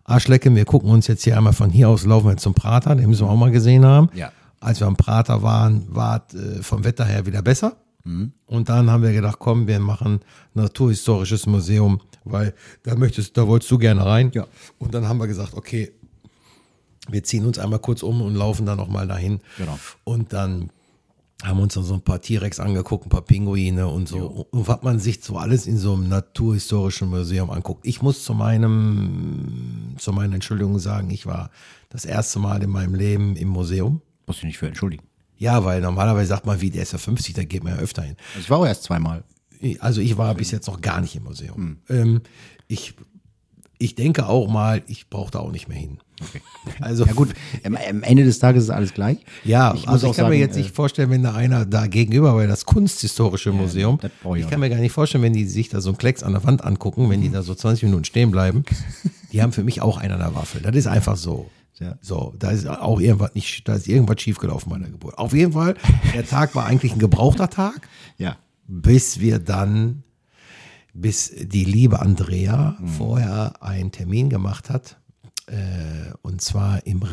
Arschlecke, wir gucken uns jetzt hier einmal von hier aus, laufen wir zum Prater, den müssen wir auch mal gesehen haben.
Ja.
Als wir am Prater waren, war es, äh, vom Wetter her wieder besser.
Mhm.
Und dann haben wir gedacht, komm, wir machen Naturhistorisches Museum, weil da möchtest, da wolltest du gerne rein.
Ja.
Und dann haben wir gesagt, okay, wir ziehen uns einmal kurz um und laufen dann auch mal dahin.
Genau.
Und dann haben uns dann so ein paar T-Rex angeguckt, ein paar Pinguine und so. Und was man sich so alles in so einem naturhistorischen Museum anguckt. Ich muss zu meinem, zu meiner Entschuldigung sagen, ich war das erste Mal in meinem Leben im Museum.
Muss ich nicht für entschuldigen.
Ja, weil normalerweise sagt man, wie, der ist ja 50, da geht man ja öfter hin.
Also ich war auch erst zweimal.
Also ich war bis jetzt noch gar nicht im Museum.
Hm.
Ähm, ich, ich denke auch mal, ich brauche da auch nicht mehr hin. (laughs) Also
Ja gut, am, am Ende des Tages ist alles gleich.
Ja,
Ich muss
also
auch
ich kann
sagen, äh,
mir jetzt nicht vorstellen, wenn da einer da gegenüber, weil das Kunsthistorische Museum,
das brauch ich
ich,
auch Hm.
kann mir gar nicht vorstellen, wenn die sich da so einen Klecks an der Wand angucken, wenn die da so 20 Minuten stehen bleiben, (laughs) die haben für mich auch einen an der Waffel. Das ist einfach so.
Ja.
So, da ist auch irgendwas nicht, da ist irgendwas schiefgelaufen bei der Geburt. Auf jeden Fall, der Tag war eigentlich ein gebrauchter Tag,
Ja.
bis wir dann, bis die liebe Andrea
Mhm.
vorher einen Termin gemacht hat, äh, und zwar im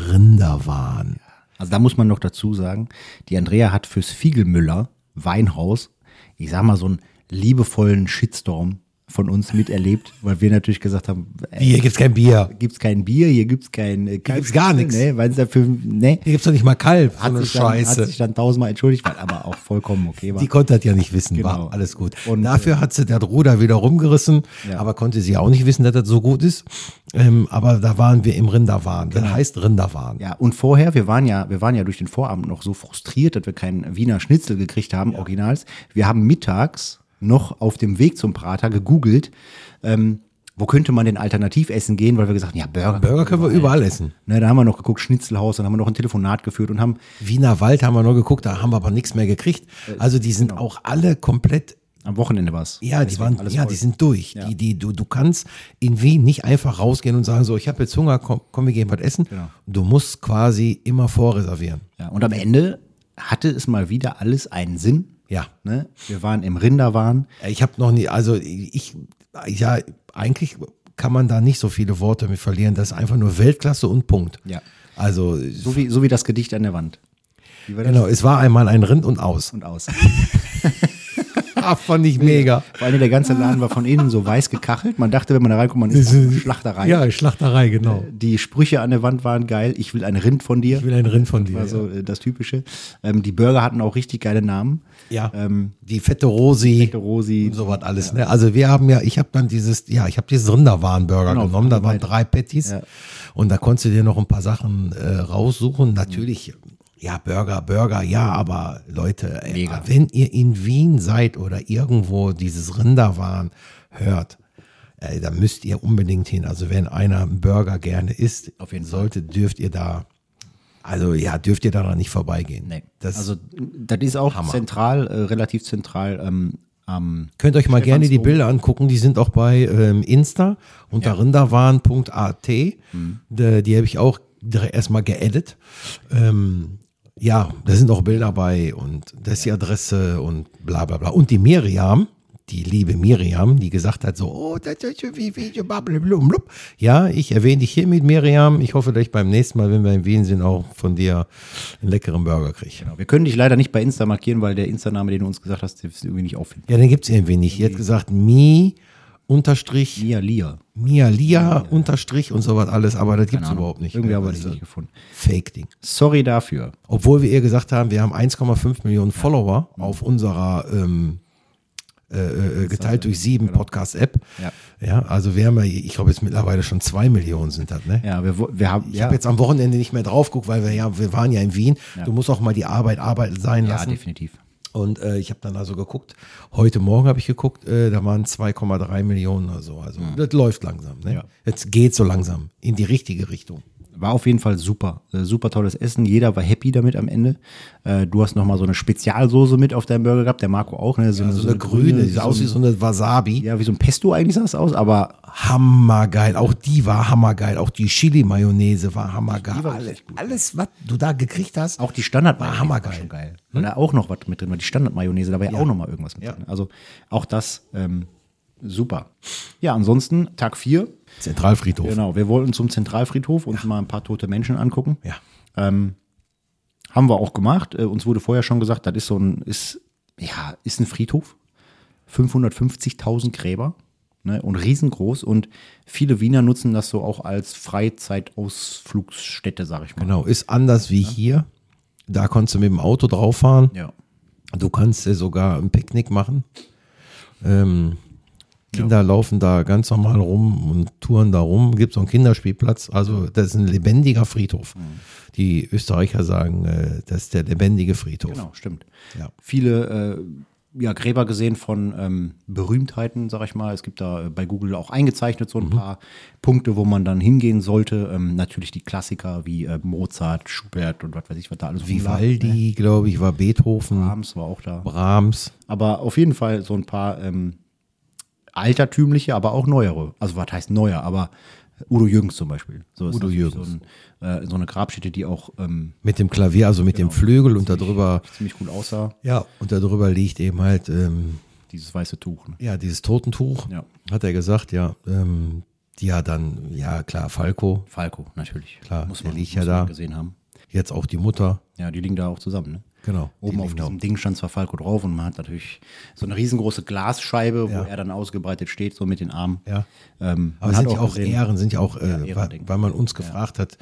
Rinderwahn.
Also da muss man noch dazu sagen, die Andrea hat fürs Fiegelmüller Weinhaus, ich sag mal, so einen liebevollen Shitstorm von uns miterlebt, weil wir natürlich gesagt haben, ey,
Hier gibt's kein Bier.
gibt's kein Bier, hier gibt's kein äh,
gibt's gar nichts.
Ne, weil es dafür, ne,
Hier gibt's doch nicht mal Kalb.
hat,
so eine
sich dann, hat
Scheiße.
sich dann tausendmal entschuldigt, weil aber auch vollkommen okay war.
Die konnte das ja nicht wissen,
Genau.
war alles gut.
Und, äh,
Und dafür hat sie das Ruder wieder rumgerissen,
Ja.
aber konnte sie auch nicht wissen, dass das so gut ist. Ähm, aber da waren wir im Rinderwahn. Das heißt Rinderwahn.
Genau. Ja, und vorher, wir waren ja, wir waren ja durch den Vorabend noch so frustriert, dass wir keinen Wiener Schnitzel gekriegt haben, Originals. Wir haben mittags noch auf dem Weg zum Prater gegoogelt, ähm, wo könnte man denn alternativ essen gehen, weil wir gesagt haben, ja, Burger.
Burger können wir überall essen.
Ne, da haben wir noch geguckt, Schnitzelhaus, dann haben wir noch ein Telefonat geführt und haben
Wiener Wald haben wir nur geguckt, da haben wir aber nichts mehr gekriegt.
Äh,
Also die
genau.
sind auch alle komplett,
am Wochenende was.
ja, die waren, ja, die sind durch.
Ja.
Die, die, du, du kannst in Wien nicht einfach rausgehen und sagen, so, ich habe jetzt Hunger, komm, komm, wir gehen was essen.
Genau.
Du musst quasi immer vorreservieren.
Ja, und am Ende hatte es mal wieder alles einen Sinn.
Ja.
Ne? Wir waren im Rinderwahn.
Ich habe noch nie, also ich, ja, eigentlich kann man da nicht so viele Worte mit verlieren. Das ist einfach nur Weltklasse und Punkt.
Ja.
Also,
So wie, so wie das Gedicht an der Wand. Wie war das?
genau, es war einmal ein Rind und aus.
(laughs) Und aus.
Ah, fand ich mega.
Vor allem der ganze Laden war von innen so weiß gekachelt. Man dachte, wenn man da reinkommt, man ist in einer
(laughs)
Schlachterei.
Ja, Schlachterei, genau.
Die Sprüche an der Wand waren geil. Ich will ein Rind von dir.
Ich will ein Rind von dir.
war so äh, das Typische. Ähm, die Burger hatten auch richtig geile Namen.
ja.
Ähm,
die fette Rosi.
der Rosi.
und sowas alles. Ne? Also wir haben ja, ich habe dann dieses, ja, ich habe diesen Rinderwarenburger
Genau,
genommen, da waren
beide.
drei Patties
Ja.
und da konntest du dir noch ein paar Sachen äh,
Mhm.
raussuchen. Natürlich, ja, Burger, Burger, ja, aber Leute, ey,
Mega.
wenn ihr in Wien seid oder irgendwo dieses Rinderwaren hört, ey, da müsst ihr unbedingt hin. Also wenn einer einen Burger gerne isst,
Auf jeden Fall.
sollte, dürft ihr da, also ja, dürft ihr daran nicht vorbeigehen.
Nee.
Das
also das ist auch zentral, äh, relativ zentral ähm, am
Könnt euch mal gerne die Bilder angucken, die sind auch bei ähm, Insta unter rinderwahn.at. Da- Die habe ich auch direkt erstmal geedit. Ähm, ja, da sind auch Bilder bei und das ist die Adresse und bla bla bla. Und die Miriam, die liebe Miriam, die gesagt hat so, oh, das ist ja wie wie- blablabla. ja, ich erwähne dich hier mit Miriam. Ich hoffe, dass ich beim nächsten Mal, wenn wir in Wien sind, auch von dir einen leckeren Burger kriege.
Genau. Wir können dich leider nicht bei Insta markieren, weil der Insta-Name, den du uns gesagt hast, der ist irgendwie nicht auffindbar.
Ja, den gibt es irgendwie nicht. Die hat gesagt, Mi unterstrich,
Mia Lia.
Mia Lia unterstrich und sowas alles, aber das gibt es überhaupt nicht.
Irgendwie haben wir
Das
dich
ist
nicht gefunden.
ein Fake-Ding.
Sorry dafür.
Obwohl wir ihr gesagt haben, wir haben 1,5 Millionen Follower auf unserer ähm, äh, äh, geteilt durch sieben Podcast-App.
Genau. Ja.
ja, also wir haben ja, ich glaube jetzt mittlerweile schon zwei Millionen sind das, ne?
Ja, wir, wo- wir haben.
Ich habe jetzt am Wochenende nicht mehr drauf geguckt, weil wir ja, wir waren ja in Wien. Du musst auch mal die Arbeit Arbeit sein
ja,
lassen.
definitiv.
Und äh, ich habe dann also geguckt, heute Morgen habe ich geguckt, äh, da waren 2,3 Millionen oder so. Also das läuft langsam. Ne?
Ja.
Jetzt geht so langsam in die richtige Richtung.
War auf jeden Fall super. Äh, Super tolles Essen. Jeder war happy damit am Ende. Äh, Du hast nochmal so eine Spezialsoße mit auf deinem Burger gehabt. Der Marco auch. Ne? So, eine-
So, Also eine grüne, die sah aus wie so eine Wasabi.
Ja, wie so ein Pesto eigentlich sah es aus, aber
hammergeil. Auch die war hammergeil. Auch die Chili-Mayonnaise war hammergeil. alles, alles, was du da gekriegt hast.
auch die Standard
War hammergeil.
schon geil. Weil Da auch noch was mit drin war. Die Standardmayonnaise, da war ja, auch noch mal irgendwas mit drin. Also auch das ähm, super. Ja, ansonsten Tag 4.
Zentralfriedhof.
Genau, wir wollten zum Zentralfriedhof uns mal ein paar tote Menschen angucken.
Ja.
Haben wir auch gemacht. Äh, uns wurde vorher schon gesagt, das ist so ein, ist, ja, ist ein Friedhof. 550.000 Gräber ne, und riesengroß. Und viele Wiener nutzen das so auch als Freizeitausflugsstätte, sag ich mal.
Genau. Ist anders wie hier. Da konntest du mit dem Auto drauf fahren.
Ja.
Du kannst dir sogar ein Picknick machen. Ähm, Kinder laufen da ganz normal rum und touren da rum. Gibt so einen Kinderspielplatz. Also, das ist ein lebendiger Friedhof.
Mhm.
Die Österreicher sagen, äh, das ist der lebendige Friedhof.
Genau, stimmt.
Ja.
Viele äh, ja, Gräber gesehen von ähm, Berühmtheiten, sag ich mal. Es gibt da äh, bei Google auch eingezeichnet
Mhm.
so ein paar Punkte, wo man dann hingehen sollte. Ähm, natürlich die Klassiker wie äh, Mozart, Schubert und was weiß ich, was da alles rumlag.
Vivaldi, glaube ich, war Beethoven,
ne? Brahms war auch da.
Brahms.
Aber auf jeden Fall so ein paar ähm, altertümliche, aber auch neuere. Also was heißt neuer, aber Udo Jürgens zum Beispiel. So ist
Udo
natürlich
Jürgens.
So, ein, äh, so eine Grabstätte, die auch ähm,
Mit dem Klavier, also mit dem
Genau.
Flügel und darüber,
ziemlich gut aussah.
ja, und darüber liegt eben halt, ähm,
Dieses weiße Tuch. Ne?
ja, dieses Totentuch,
Ja.
hat er gesagt, ja, ähm, die ja dann, ja klar, Falco,
Falco, natürlich.
Klar,
muss
der
man,
liegt
muss
ja
man
da.
gesehen haben.
jetzt auch die Mutter,
Ja, die liegen da auch zusammen. Ne?
genau.
Oben auf diesem Ding stand zwar Falco drauf und man hat natürlich so eine riesengroße Glasscheibe, wo er dann ausgebreitet steht, so mit den Armen.
Ja.
Ähm,
Aber
man
sind
hat
ja auch
gesehen-
Ehren, sind ja auch, äh,
Ehren-
weil,
Ding.
weil man uns gefragt hat,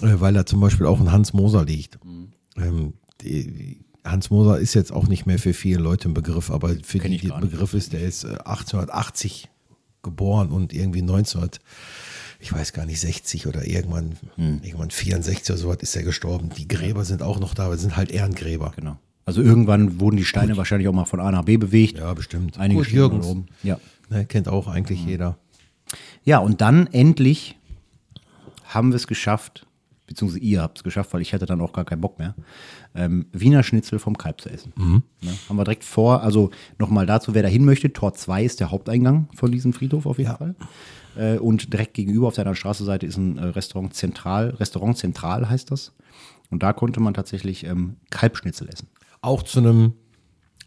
äh, weil da zum Beispiel auch ein Hans Moser liegt.
Mhm.
Ähm, die, Hans Moser ist jetzt auch nicht mehr für viele Leute ein Begriff, aber für
Kenn
die,
ich
die
gar
ein
nicht.
Begriff ist, der ist äh, 1880 geboren und irgendwie 1900, ich weiß gar nicht, 60 oder irgendwann,
Hm.
irgendwann 64 oder sowas ist er gestorben. Die Gräber sind auch noch da, aber sind halt Ehrengräber.
Genau. Also irgendwann wurden die Steine wahrscheinlich auch mal von A nach B bewegt.
Ja, bestimmt.
Einige
Kurt
stehen
Jürgens,
mal Hm. oben. Ja.
ne, kennt auch eigentlich jeder.
Ja, und dann endlich haben wir es geschafft, beziehungsweise ihr habt es geschafft, weil ich hatte dann auch gar keinen Bock mehr, ähm, Wiener Schnitzel vom Kalb zu essen. Ne? Haben wir direkt vor, also nochmal dazu, wer da hin möchte, Tor 2 ist der Haupteingang von diesem Friedhof auf jeden Fall. Äh, und direkt gegenüber auf der anderen Straßenseite ist ein äh, Restaurant Zentral, Restaurant Zentral heißt das. Und da konnte man tatsächlich ähm, Kalbschnitzel essen.
Auch zu einem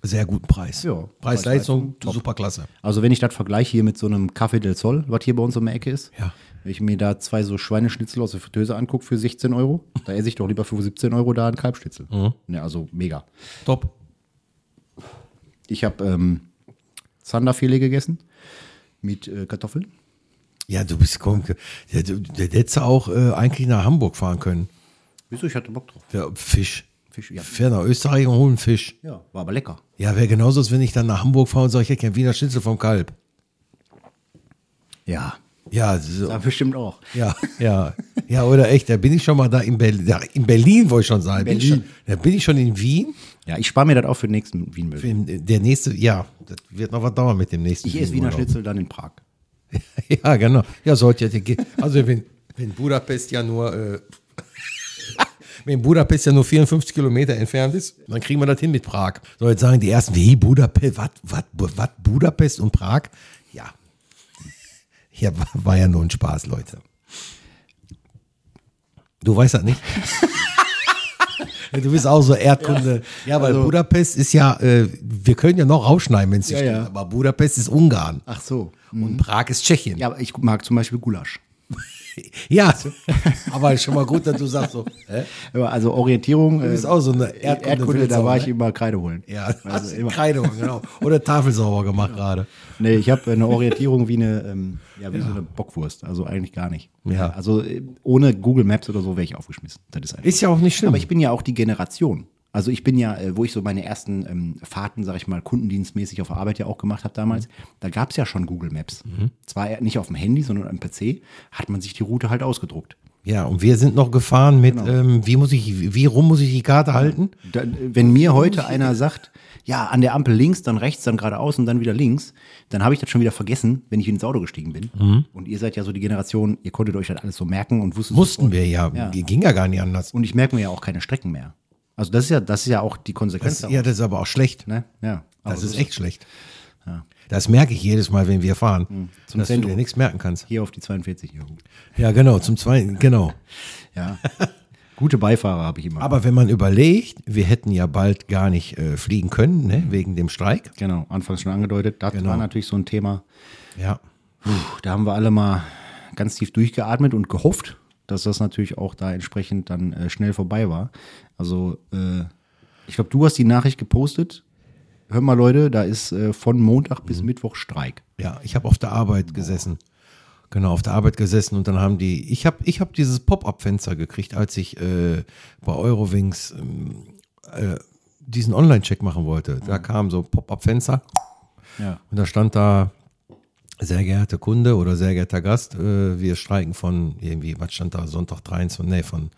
sehr guten Preis.
Ja,
Preis-Leistung, super klasse.
Also wenn ich das vergleiche hier mit so einem Café del Sol, was hier bei uns um die Ecke ist,
Ja.
wenn ich mir da zwei so Schweineschnitzel aus der Fritteuse angucke für 16 Euro, da esse ich doch lieber für 17 Euro da einen Kalbschnitzel. Ne, also mega.
Top.
Ich habe ähm, Zanderfilet gegessen mit äh, Kartoffeln.
Ja, du bist komm, der, der, der hätte auch äh, eigentlich nach Hamburg fahren können.
Wieso? Ich hatte Bock drauf.
Ja, Fisch.
Fisch, ja.
Fähr nach Österreich und hol einen Fisch.
Ja, war aber lecker.
Ja, wäre genauso, als wenn ich dann nach Hamburg fahre und sage, ich hätte gern Wiener Schnitzel vom Kalb.
Ja,
Ja, so,
da bestimmt auch.
ja, ja. (laughs) Ja, oder echt, da bin ich schon mal da in Berlin. Da, in Berlin wollte ich schon sein. Bin ich schon,
Berlin.
da bin ich schon in Wien.
(laughs) Ja, ich spare mir das auch für den nächsten wien -Bild.
Im- Der nächste, ja, das wird noch was dauern mit dem nächsten.
Ich esse Wiener
Urlaub.
Schnitzel dann in Prag.
(laughs) Ja, genau. Ja, sollte ja.
(laughs)
ge- Also wenn, wenn Budapest ja nur äh, (laughs) wenn Budapest ja nur 54 Kilometer entfernt ist, dann kriegen wir das hin mit Prag. So, jetzt sagen die ersten, wie Budapest, was, was, was, Budapest und Prag? Ja. Ja, war- war ja nur ein Spaß,
(laughs)
Leute. Du weißt das nicht? Du bist auch so Erdkunde. Ja,
Also
weil Budapest ist ja, äh, wir können ja noch rausschneiden, wenn es nicht
Ja, Mhm. ja.
stimmt, aber Budapest ist Ungarn
Ach so.
und Prag ist Tschechien.
Hm. Ja, aber ich mag zum Beispiel Gulasch.
Ja, aber schon mal gut, dass du sagst so, hä?
Aber Also Orientierung. Du
bist auch so eine Erdkunde-
(laughs) Erdkunde da war
ne?
ich immer Kreide holen.
Ja,
also
also
immer.
Kreide, genau. Oder Tafel sauber gemacht gerade.
Nee, ich habe eine Orientierung wie eine, ähm, ja, wie so eine Bockwurst. Also eigentlich gar nicht.
Ja.
Also äh, ohne Google Maps oder so wäre ich aufgeschmissen. Das ist einfach.
Ist ja auch nicht schlimm.
Aber ich bin ja auch die Generation. Also ich bin ja, äh, wo ich so meine ersten ähm, Fahrten, sag ich mal, kundendienstmäßig auf der Arbeit ja auch gemacht habe
Mhm.
damals, da gab es ja schon Google Maps. Zwar eher nicht auf dem Handy, sondern am PC, hat man sich die Route halt ausgedruckt.
ja, und wir sind noch gefahren mit,
Genau.
ähm, wie muss ich, wie rum muss ich die Karte halten?
Dann, äh, wenn mir heute einer sagt, ja, an der Ampel links, dann rechts, dann geradeaus und dann wieder links, dann habe ich das schon wieder vergessen, wenn ich ins Auto gestiegen bin.
Mhm.
Und ihr seid ja so die Generation, ihr konntet euch das alles so merken und wusstet
Mussten wir ja.
Ja.
Ging ja gar nicht anders.
Und ich merke mir ja auch keine Strecken mehr. Also das ist ja, das ist ja auch die Konsequenz.
Das, ja, das ist aber auch schlecht.
ne? ja. Aber
Das ist echt schlecht. Das merke ich jedes Mal, wenn wir fahren,
Hm.
dass du dir nichts merken kannst.
Hier auf die 42. Ja, gut.
Ja, genau, zum Zweiten, genau.
Ja. (laughs) Gute Beifahrer habe ich immer.
Aber wenn man überlegt, wir hätten ja bald gar nicht äh, fliegen können, ne, wegen dem Streik.
genau, anfangs schon angedeutet. Das
Genau.
war natürlich so ein Thema.
Ja.
Puh, da haben wir alle mal ganz tief durchgeatmet und gehofft, dass das natürlich auch da entsprechend dann äh, schnell vorbei war. Also, äh, ich glaube, du hast die Nachricht gepostet. Hör mal, Leute, da ist äh, von Montag bis Mittwoch Streik.
Ja, ich habe auf der Arbeit gesessen. Genau, auf der Arbeit gesessen und dann haben die, ich habe ich hab dieses Pop-up-Fenster gekriegt, als ich äh, bei Eurowings ähm, äh, diesen Online-Check machen wollte.
Mhm.
Da kam so Pop-up-Fenster
Ja.
und da stand da, sehr geehrter Kunde oder sehr geehrter Gast, äh, wir streiken von irgendwie, was stand da, Sonntag 23, nee, von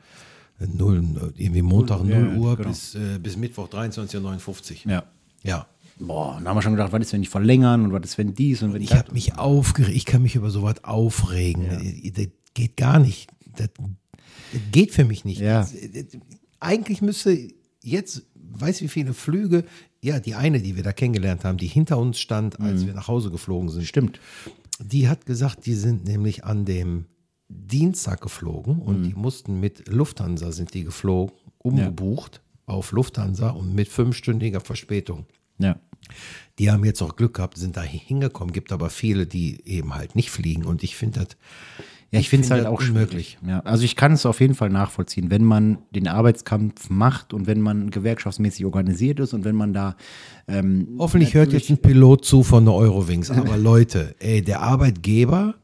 0, irgendwie Montag 0
ja,
Uhr
genau.
bis, äh, bis Mittwoch 23.59 Uhr.
Ja.
ja.
Boah, dann haben wir schon gedacht, was ist, wenn die verlängern und was ist, wenn dies und wenn
Ich
das?
habe mich aufgeregt. Ich kann mich über sowas aufregen. Das geht gar nicht. Das das geht für mich nicht.
Ja.
Das- das- Eigentlich müsste jetzt, weiß wie viele Flüge, ja, die eine, die wir da kennengelernt haben, die hinter uns stand, als wir nach Hause geflogen sind.
Stimmt.
Die hat gesagt, die sind nämlich an dem Dienstag geflogen und die mussten mit Lufthansa sind die geflogen, umgebucht auf Lufthansa und mit fünfstündiger Verspätung.
Ja.
Die haben jetzt auch Glück gehabt, sind da hingekommen. Gibt aber viele, die eben halt nicht fliegen. Und ich finde das.
Ja, ich finde es
find
halt
das
auch
unmöglich.
schwierig. Ja, also ich kann es auf jeden Fall nachvollziehen, wenn man den Arbeitskampf macht und wenn man gewerkschaftsmäßig organisiert ist und wenn man da
Hoffentlich hört jetzt ein Pilot zu von der Eurowings. Aber Leute, ey, der Arbeitgeber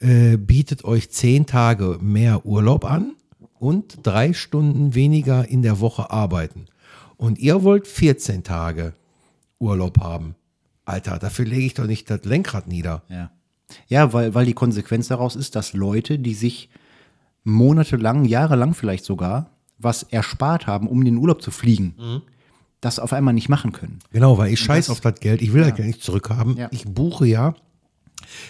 äh, bietet euch zehn Tage mehr Urlaub an und drei Stunden weniger in der Woche arbeiten. Und ihr wollt 14 Tage Urlaub haben. Alter, dafür lege ich doch nicht das Lenkrad nieder.
Ja, ja weil, weil die Konsequenz daraus ist, dass Leute, die sich monatelang, jahrelang vielleicht sogar, was erspart haben, um in den Urlaub zu fliegen, das auf einmal nicht machen können.
Genau, weil ich scheiß auf das Geld. Ich will das Geld nicht zurückhaben.
Ja.
Ich buche ja,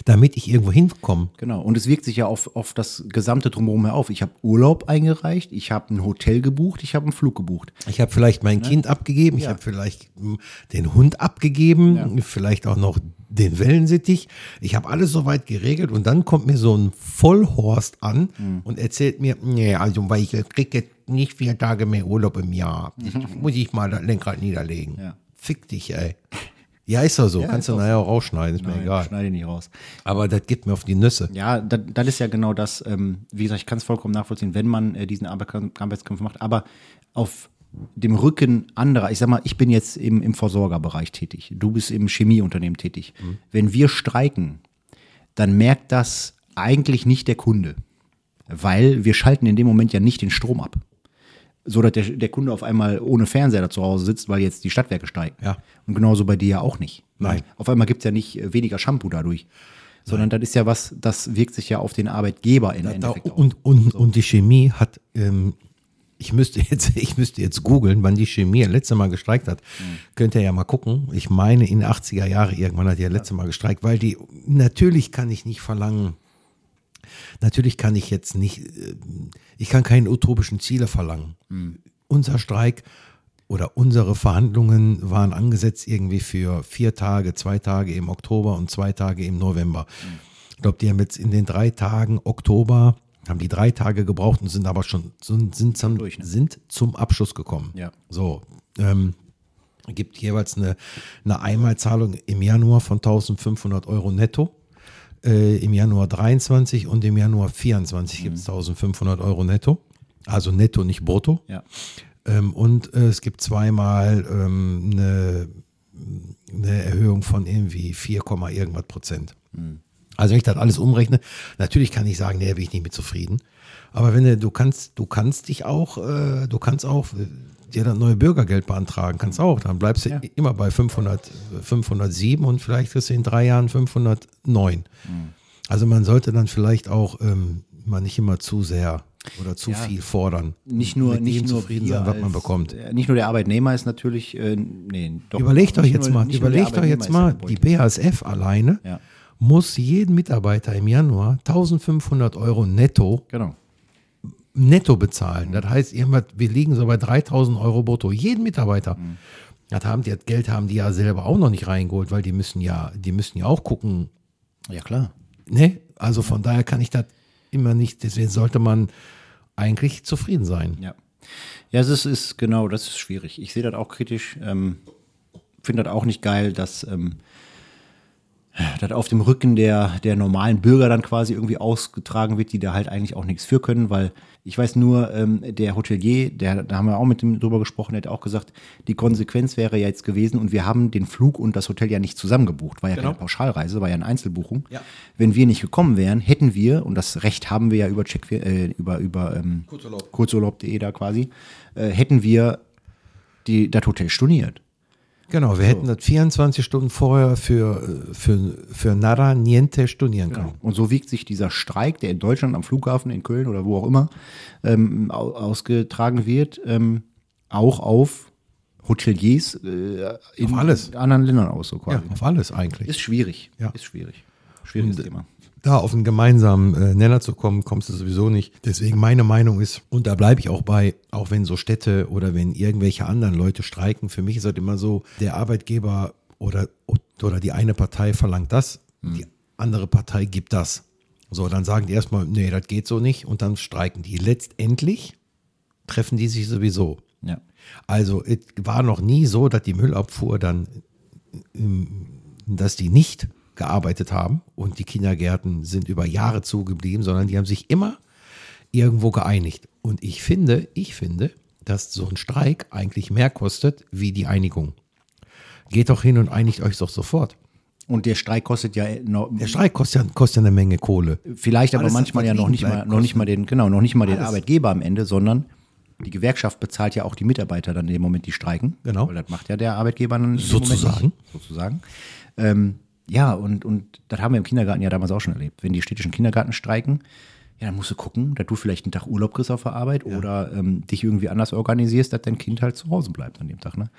damit ich irgendwo hinkomme.
Genau, und es wirkt sich ja auf, auf das gesamte Drumherum her auf. Ich habe Urlaub eingereicht, ich habe ein Hotel gebucht, ich habe einen Flug gebucht.
Ich habe vielleicht mein Kind abgegeben, ich habe vielleicht m, den Hund abgegeben, vielleicht auch noch den Wellensittich. Ich habe alles soweit geregelt und dann kommt mir so ein Vollhorst an und erzählt mir, nee, also weil ich kriege jetzt nicht vier Tage mehr Urlaub im Jahr. (laughs) Ich, muss ich mal das Lenkrad niederlegen.
Ja.
Fick dich, ey. Ja, ist doch so. Kannst du nachher auch rausschneiden, ist mir egal.
Schneide nicht raus.
Aber das gibt mir auf die Nüsse.
Ja, das, das ist ja genau das, ähm, wie gesagt, ich kann es vollkommen nachvollziehen, wenn man äh, diesen Arbeitskampf Arbeitskampf macht, aber auf dem Rücken anderer, ich sag mal, ich bin jetzt im, im Versorgerbereich tätig, du bist im Chemieunternehmen tätig. Wenn wir streiken, dann merkt das eigentlich nicht der Kunde, weil wir schalten in dem Moment ja nicht den Strom ab. So dass der, der Kunde auf einmal ohne Fernseher da zu Hause sitzt, weil jetzt die Stadtwerke streiken.
Ja.
Und genauso bei dir ja auch nicht.
Nein.
Auf einmal gibt es ja nicht äh, weniger Shampoo dadurch, sondern das ist ja was, das wirkt sich ja auf den Arbeitgeber in
Da,
Endeffekt aus.
und, und, und die Chemie hat, ähm, ich müsste jetzt, (laughs) ich müsste jetzt googeln, wann die Chemie das letzte Mal gestreikt hat. Könnt ihr ja mal gucken. Ich meine, in den 80er Jahren irgendwann hat die ja letzte Mal gestreikt, weil die, natürlich kann ich nicht verlangen, natürlich kann ich jetzt nicht, äh, ich kann keine utopischen Ziele verlangen.
Hm.
Unser Streik oder unsere Verhandlungen waren angesetzt irgendwie für vier Tage, zwei Tage im Oktober und zwei Tage im November. Ich glaube, die haben jetzt in den drei Tagen Oktober haben die drei Tage gebraucht und sind aber schon sind, sind, zum,
durch, ne?
sind zum Abschluss gekommen.
Ja.
So, ähm, gibt jeweils eine, eine Einmalzahlung im Januar von 1500 Euro netto. Äh, Im Januar 23 und im Januar 24 gibt es 1500 Euro netto. Also netto, nicht brutto.
Ja.
Ähm, und äh, es gibt zweimal ähm, eine, eine Erhöhung von irgendwie 4, Komma irgendwas Prozent. Also wenn ich das alles umrechne, natürlich kann ich sagen, nee, bin ich nicht mit zufrieden. Aber wenn du, du kannst, du kannst dich auch, äh, du kannst auch äh, dir das neue Bürgergeld beantragen, kannst auch, dann bleibst du
Ja.
immer bei 500, äh, 507 und vielleicht kriegst du in drei Jahren 509. Also man sollte dann vielleicht auch ähm, mal nicht immer zu sehr oder zu
Ja.
viel fordern.
Nicht nur,
Mit
nicht
dem
nur
zufrieden
wir
sein, was
als-
man bekommt.
äh, Nicht nur der Arbeitnehmer ist natürlich, äh, nee, doch.
Überlegt euch
Nicht
jetzt
nur-
mal,
nicht nur der
überlegt euch
Arbeitnehmer
jetzt
ist der
mal, die
Gebeutelt.
BASF alleine
Ja.
muss jeden Mitarbeiter im Januar 1500 Euro netto,
Genau.
netto bezahlen. Das heißt, irgendwas, wir liegen so bei 3000 Euro brutto, jeden Mitarbeiter.
Mhm.
Das, haben die, das Geld haben die ja selber auch noch nicht reingeholt, weil die müssen ja, die müssen ja auch gucken,
Ja, klar.
ne? Also von daher kann ich das immer nicht, deswegen sollte man eigentlich zufrieden sein.
Ja. Ja, es ist, ist genau, das ist schwierig. Ich sehe das auch kritisch. Ähm, Finde das auch nicht geil, dass ähm, das halt auf dem Rücken der, der normalen Bürger dann quasi irgendwie ausgetragen wird, die da halt eigentlich auch nichts für können, weil ich weiß nur, ähm, der Hotelier, der, da haben wir auch mit dem drüber gesprochen, der hat auch gesagt, die Konsequenz wäre ja jetzt gewesen und wir haben den Flug und das Hotel ja nicht zusammengebucht, war ja keine Pauschalreise, war ja eine Einzelbuchung.
Genau. Ja.
Wenn wir nicht gekommen wären, hätten wir, und das Recht haben wir ja über, Check, äh, über, über ähm,
Kurzurlaub.
kurzurlaub.de da quasi, äh, hätten wir die, das Hotel storniert.
Genau, wir hätten das 24 Stunden vorher für, äh, für, für Nara Niente stornieren können.
Und so wiegt sich dieser Streik, der in Deutschland am Flughafen, in Köln oder wo auch immer ähm, au- ausgetragen wird, ähm, auch auf Hoteliers äh, in
Auf alles.
anderen Ländern aus. So
Ja,
quasi.
auf alles eigentlich.
Ist schwierig.
Ja. äh,
Ist schwierig. Schwieriges Thema.
da auf einen gemeinsamen äh, Nenner zu kommen, kommst du sowieso nicht. Deswegen meine Meinung ist, und da bleibe ich auch bei, auch wenn so Städte oder wenn irgendwelche anderen Leute streiken, für mich ist das immer so, der Arbeitgeber oder, oder die eine Partei verlangt das, die andere Partei gibt das. So, dann sagen die erstmal, nee, das geht so nicht und dann streiken die. Letztendlich treffen die sich sowieso.
Ja.
Also es war noch nie so, dass die Müllabfuhr dann, ähm, dass die nicht gearbeitet haben und die Kindergärten sind über Jahre zugeblieben, sondern die haben sich immer irgendwo geeinigt. Und ich finde, ich finde, dass so ein Streik eigentlich mehr kostet wie die Einigung. Geht doch hin und einigt euch doch sofort.
Und der Streik kostet ja noch,
Der Streik kostet ja, kostet ja eine Menge Kohle.
vielleicht aber
Alles, was
manchmal ja
liegen
noch nicht mal
bleibt,
noch nicht mal den genau noch nicht mal den
Alles.
Arbeitgeber am Ende, sondern die Gewerkschaft bezahlt ja auch die Mitarbeiter dann in dem Moment, die streiken.
Genau.
Weil das macht ja der Arbeitgeber dann in dem
Sozusagen.
Moment nicht. sozusagen. Ähm, ja und und das haben wir im Kindergarten ja damals auch schon erlebt. Wenn die städtischen Kindergärten streiken, ja dann musst du gucken, dass du vielleicht einen Tag Urlaub kriegst auf der Arbeit oder ähm, dich irgendwie anders organisierst, dass dein Kind halt zu Hause bleibt an dem Tag. Ne?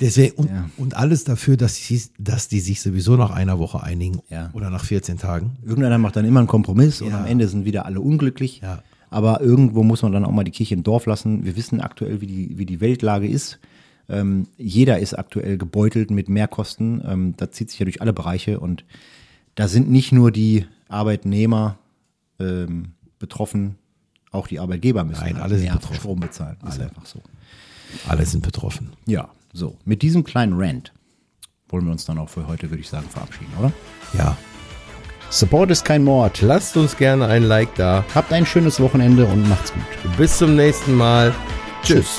Deswegen, und,
Ja.
und alles dafür, dass, sie, dass die sich sowieso nach einer Woche einigen
Ja.
oder nach 14 Tagen.
Irgendeiner macht dann immer einen Kompromiss und
Ja.
am Ende sind wieder alle unglücklich.
Ja.
Aber irgendwo muss man dann auch mal die Kirche im Dorf lassen. Wir wissen aktuell, wie die, wie die Weltlage ist. Ähm, jeder ist aktuell gebeutelt mit Mehrkosten. Ähm, das zieht sich ja durch alle Bereiche und da sind nicht nur die Arbeitnehmer ähm, betroffen, auch die Arbeitgeber müssen halt
Nein, alle sind
mehr
betroffen.
Strom bezahlen. Ist einfach so.
Alle sind betroffen.
Ja, so. Mit diesem kleinen Rant wollen wir uns dann auch für heute, würde ich sagen, verabschieden, oder?
Ja.
Support ist kein Mord.
Lasst uns gerne ein Like da.
Habt ein schönes Wochenende und macht's gut.
Bis zum nächsten Mal. Tschüss.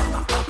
Thank